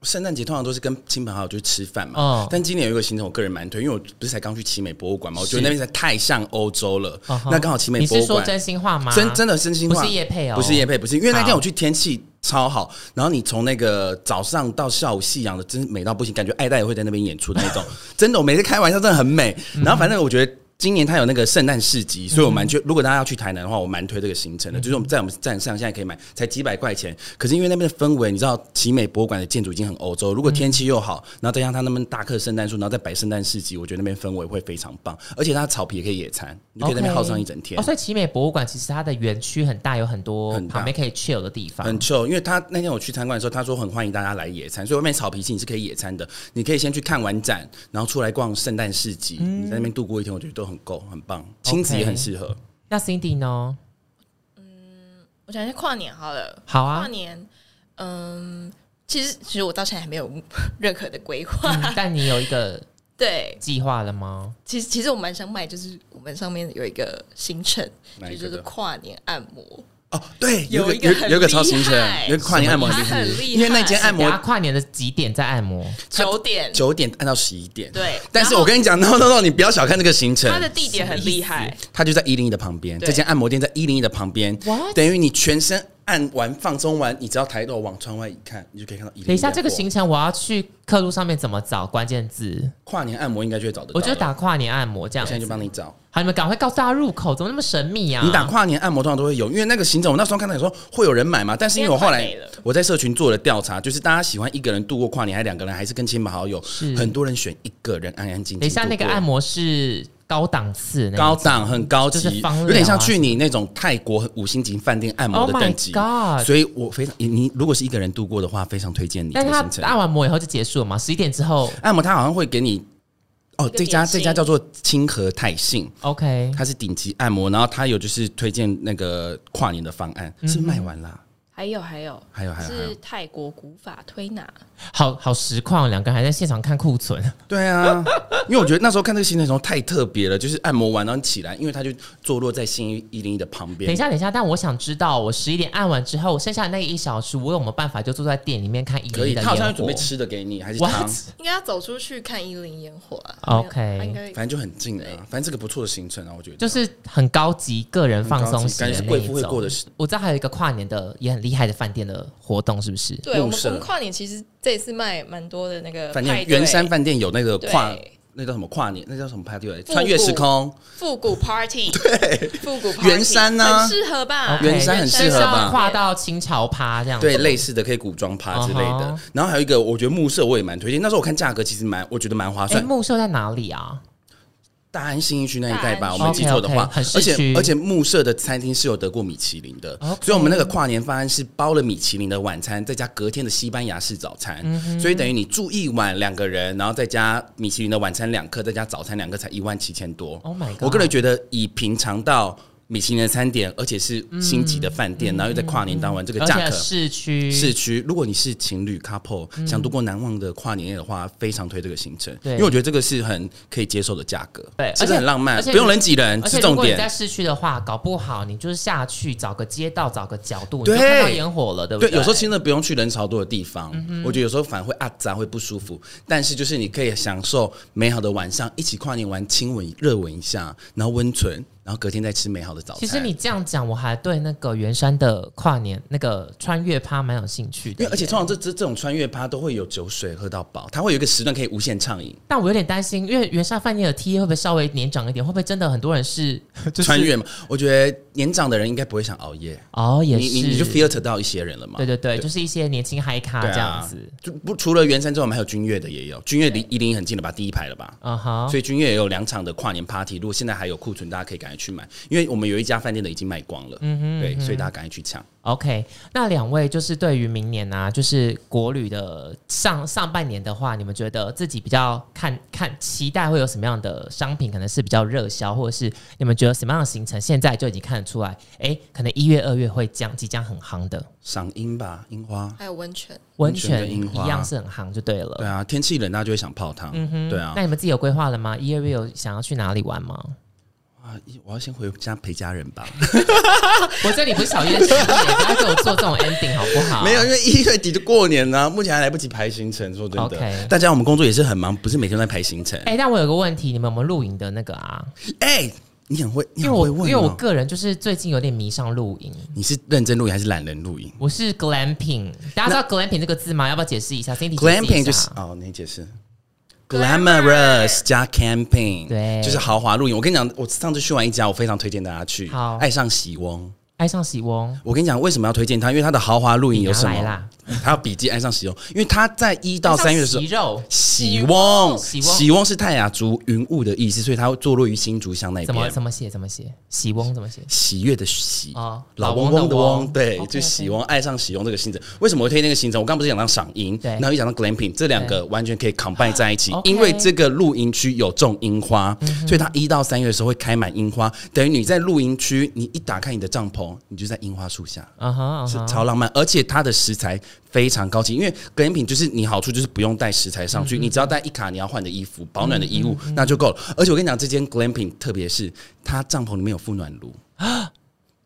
圣诞节通常都是跟亲朋好友就是吃饭嘛。嗯但今年有一个行程，我个人蛮推，因为我不是才刚去奇美博物馆嘛，我觉得是那边实在太像欧洲了。嗯哼那刚好奇美你博是物说馆真心话吗？真真的真心话，不是业配哦不是业配，不是，因为那天好我去天气超好，然后你从那个早上到下午夕阳的，真是美到不行，感觉爱戴也会在那边演出的那 种，真的，我每次开玩笑真的很美。嗯然后反正我觉得。今年它有那个圣诞市集，所以我蛮推。如果大家要去台南的话，我蛮推这个行嗯程的。就是我们在我们站上现在可以买，才几百块钱。可是因为那边的氛围，你知道奇美博物馆的建筑已经很欧洲，如果天气又好，然后再加上它那边大棵圣诞树，然后再摆圣诞市集，我觉得那边氛围会非常棒。而且它草皮也可以野餐，你就可以在那边耗上一整天。哦，所以奇美博物馆其实它的园区很大，有很多很大旁边可以 chill 的地方。很 chill，因为他那天我去参观的时候，他说很欢迎大家来野餐，所以外面草皮其实是可以野餐的。你可以先去看完展，然后出来逛圣诞市集，你在那边度过一天，我觉得都很够，很棒，亲子也很适合。那 Cindy 呢？ 我想一下跨年好了，好跨啊，年，嗯，其实其实我到现在还没有 任何的规划。嗯但你有一个 对，计划了吗？其实其实我蛮想买，就是我们上面有一个行程，哪一就个是的跨年按摩，哦，对，有有个一个有很有一个厉超行程害，有一个跨年按摩很厉什么害意思很，厉害因为那间按等下摩跨年的几点在按摩？九点，九点按到十一点，对但是我跟你讲，no no no，你不要小看这个行程，它的地点很厉害，它就在一零一的旁边，对这间按摩店在一零一的旁边 What？，等于你全身按完放松完，你只要抬头往窗外一看，你就可以看到一零一。等一下，这个行程我要去客路上面怎么找关键字？跨年按摩应该就会找得到了，我就打跨年按摩这样我现在就子。帮你找。好，你们赶快告诉大家入口，怎么那么神秘啊？你打跨年按摩通常都会有，因为那个行程我那时候看到你说会有人买嘛，但是因为我后今来天快没了我在社群做了调查，就是大家喜欢一个人度过跨年，还是两个人，还是跟亲朋好友是，很多人选一个人安安静静。等一下那个按。摩是高档次那一高种，档很高级，就是芳疗啊有点像去你那种泰国五星级饭店按摩的 Oh my 等级。 God 所以我非常你你如果是一个人度过的话，非常推荐你这但个是行他程。按完摩以后就结束了嘛？十一点之后按摩它好像会给你哦，个这家点心这家叫做清河泰信， ，OK，嗯它是顶级按摩，然后它有就是推荐那个跨年的方案，是卖完啦。还还有还有还有还有还是有，泰国古法推拿，好好实况，两个人还在现场看库 存，对啊，因为我觉得那时候看这个行程的时候太特别了，就是按摩完然后起来，因为它就坐落在新一零一的旁等一边。下，等一下，但我想知道，我十一点按完之后，剩下的那一小时，我有没有办法就坐在店里面看一可零一以，的他好像烟有准火备吃的给你，还是汤？What？，应该要走出去看一零烟火啊 OK 没有应该反正就很近啊。反正这个不错的行程啊，我觉得。就是很高级个人放松型很高级感觉的是那贵一妇会过的种事。我知道还有一个跨年的也很厉害的饭店的活动，是不是？对我入们社我们跨年其实这一次卖蛮多的那个饭派店对圆山饭店有那个跨对，那叫什么跨年？那叫什么派对？复古穿越时空，哦复古 party，对复古 party 圆山啊很适合吧？ OK 圆山很适就合是吧要跨到清朝趴这样子。对，类似的可以古装趴之类的嗯哼。然后还有一个，我觉得暮色我也蛮推荐。那时候我看价格其实蛮，我觉得蛮划哎，算。木秀在哪里啊？大安新一区那一带大吧，安我区没记错的话 OK，OK，很市而且区哦而且暮色的餐厅是有得过米其林的 OK 所以我们那个跨年方案是包了米其林的晚餐，再加隔天的西班牙式早餐，嗯所以等于你住一晚两个人，然后再加米其林的晚餐两克，再加早餐两克，才一万七千多。 Oh my god 我个人觉得以平常到米其林的餐点，而且是星级的饭店，然后又在跨年当晚，这个嗯而价且格。市区市区，如果你是情侣 couple，、想度过难忘的跨年夜的话，非常推这个行程，嗯对因为我觉得这个是很可以接受的价格，对是不是而且很浪漫而，且不用人挤人，而且是如重果你在点。市区的话，搞不好你就是下去找个街道、找个角度，你对就看到烟火了，对不对，对？嗯有时候真的不用去人潮多的地方，我觉得有时候反而会啊杂会不舒服，但是就是你可以享受美好的晚上，一起跨年玩，亲吻、热吻一下，然后温存，然后隔天再吃美好的早餐。其实你这样讲，我还对那个圆山的跨年那个穿越趴蛮有兴趣的因为耶。而且通常这这这种穿越趴都会有酒水喝到饱，它会有一个时段可以无限畅饮。但我有点担心，因为圆山饭店的 T A 会不会稍微年长一点？会不会真的很多人是就是穿越嘛，我觉得年长的人应该不会想熬夜，哦，也你是你你就 filter 到一些人了嘛。对对对，就是一些年轻嗨咖对啊这样子，就不除了圆山之外，我们还有君悦的也有，君悦离一零很近了吧，第一排了吧。嗯哼、所以君悦也有两场的跨年 party，如果现在还有库存，大家可以赶快去买，因为我们有一家饭店的已经卖光了，嗯对，所以大家赶快去抢。 o k 那两位就是对于明年啊，就是国旅的上上半年的话，你们觉得自己比较看看期待会有什么样的商品，可能是比较热销，或者是你们觉得什么样的行程现在就已经看得出来，哎，可能一月、二月会将即将很夯的赏樱吧，樱花，还有温泉，温泉的泉樱一花样是很夯就对了。对啊，天气冷大家就会想泡汤，对啊呃嗯那。你们自己有规划了吗？一、二月有想要去哪里玩吗？ 啊，我要先回家陪家人吧。我这里不是小夜市， 不要给我做这种 ending 好不好？ 没有，因为一月底就过年了、啊目前还来不及排行程。说真的 OK 大家我们工作也是很忙，不是每天都在排行程。哎、但我有个问题，你们有没有露营的那个啊？哎、你很会，你因为很我会因问、哦。为我个人就是最近有点迷上露营，你是认真露营还是懒人露营？我是 glamping，大家知道 glamping 这个字吗？要不要解释一下？Cindy 解释一 Glamping 下就是哦，你解释。Glamorous 加 camping，对就是豪华露营。我跟你讲，我上次去完一家，我非常推荐大家去。好爱上喜翁。爱上喜翁，我跟你讲，为什么要推荐它？因为它的豪华露营有什你拿来么啦？它要笔记爱上喜翁，因为它在一到三月的时候爱上，喜肉喜翁，喜翁喜翁是泰雅族云雾的意思，所以它会坐落于新竹乡那怎么边。怎么写？怎么写？喜翁怎么写？喜悦的喜哦老老翁翁翁的的翁，翁对， OK，就 OK 喜翁爱上喜翁这个行程。为什么我推荐那个行程？我刚不是讲到赏樱，对然后又讲到 glamping，这两个完全可以 combine 在一起， OK 嗯因为这个露营区有种樱花，所以它一到三月的时候会开满樱花，等于你在露营区，你一打开你的帐篷，你就在樱花树下。啊哈啊是哈，超浪漫，而且它的食材非常高级，因为隔音品就是你好处就是不用带食材上去，你只要带一卡你要换的衣服、保暖的衣物、那就够了。而且我跟你讲，这间 glamping 特别是它帐篷里面有附暖炉，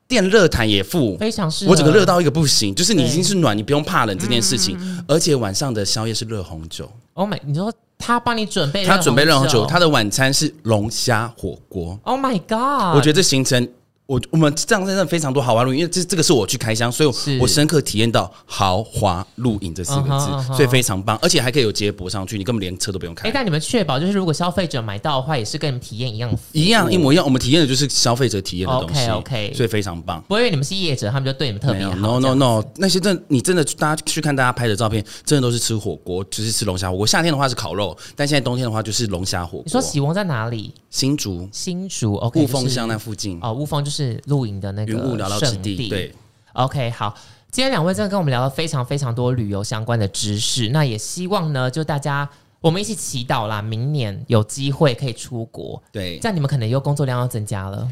电热毯也附，非常适合我整个热到一个不行，就是你已经是暖，你不用怕冷这件事情。而且晚上的宵夜是热红酒， Oh my，你说他帮你准备，他准备哎热红酒，他的晚餐是龙虾火锅。 Oh my God，我觉得这行程，我我们这样真的非常多豪华露营，因为这这个是我去开箱，所以是我我深刻体验到豪华露营这四个嗯字哼嗯哼所以非常棒，而且还可以有接驳上去，你根本连车都不用哎、开。但你们确保就是如果消费者买到的话，也是跟你们体验一样服务一样一模一样，我们体验的就是消费者体验的东西 OK，OK 所以非常棒。不会因为你们是业者，他们就对你们特没别有好。这，no no 样 no，那些真的你真的大家去看大家拍的照片，真的都是吃火锅，就是吃龙虾火锅。夏天的话是烤肉，但现在冬天的话就是龙虾火锅。你说喜翁在哪里？新竹新竹，OK，雾就是峰乡那附近，哦，雾峰就是露营的那个云雾缭绕之圣地，对。 OK，好，今天两位真的跟我们聊了非常非常多旅游相关的知识，那也希望呢，就大家我们一起祈祷啦，明年有机会可以出国。对这样你们可能又工作量要增加了，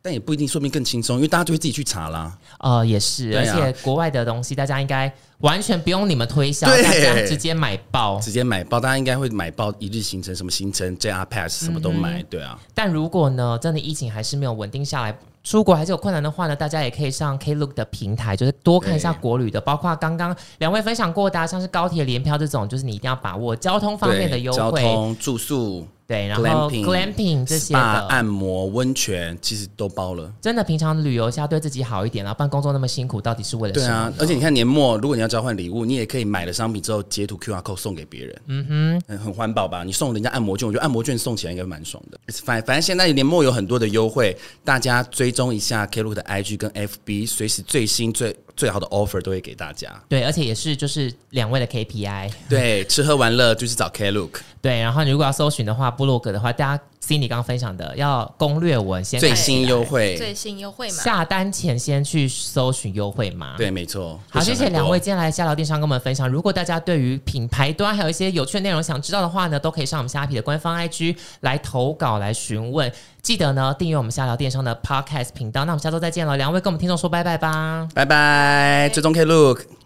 但也不一定，说不定更轻松，因为大家就会自己去查啦。呃，也是，对而啊且国外的东西大家应该完全不用你们推销，对大家直接买爆。直接买包，大家应该会买包一日行程，什么行程 JR Pass 什么都嗯买，对啊，但如果呢，真的疫情还是没有稳定下来，出国还是有困难的话呢，大家也可以上 Klook 的平台，就是多看一下对国旅的，包括刚刚两位分享过的啊、像是高铁联票这种，就是你一定要把握交通方面的对优交惠，通、住宿、对，然后 glamping glamping 这些 SPA 的。按摩、温泉，其实都包了。真的，平常旅游一下对自己好一点啦，不然工作那么辛苦，到底是为了什对么？啊，而且你看年末，如果你要交换礼物，你也可以买了商品之后截图 QR code 送给别人，嗯哼，很很环保吧？你送人家按摩券，我觉得按摩券送起来应该蛮爽的。反反正现在年末有很多的优惠，大家追踪一下 Klook 的 IG 跟 FB，随时最新最最好的 offer 都会给大家。对，而且也是就是两位的 KPI。对，吃喝玩乐就是找 Klook 对，然后你如果要搜寻的话，部落格的话，大家 Cindy 刚刚分享的，要攻略文先最看新优惠，最新优惠嘛，下单前先去搜寻优惠码。。对，没错。好，会谢省谢很多两位，今天来下聊电商跟我们分享。如果大家对于品牌端还有一些有趣的内容想知道的话呢，都可以上我们虾皮的官方 IG 来投稿来询问。记得呢订阅我们下聊电商的 Podcast 频道。那我们下周再见了，两位跟我们听众说拜拜吧。拜拜，追踪 Klook。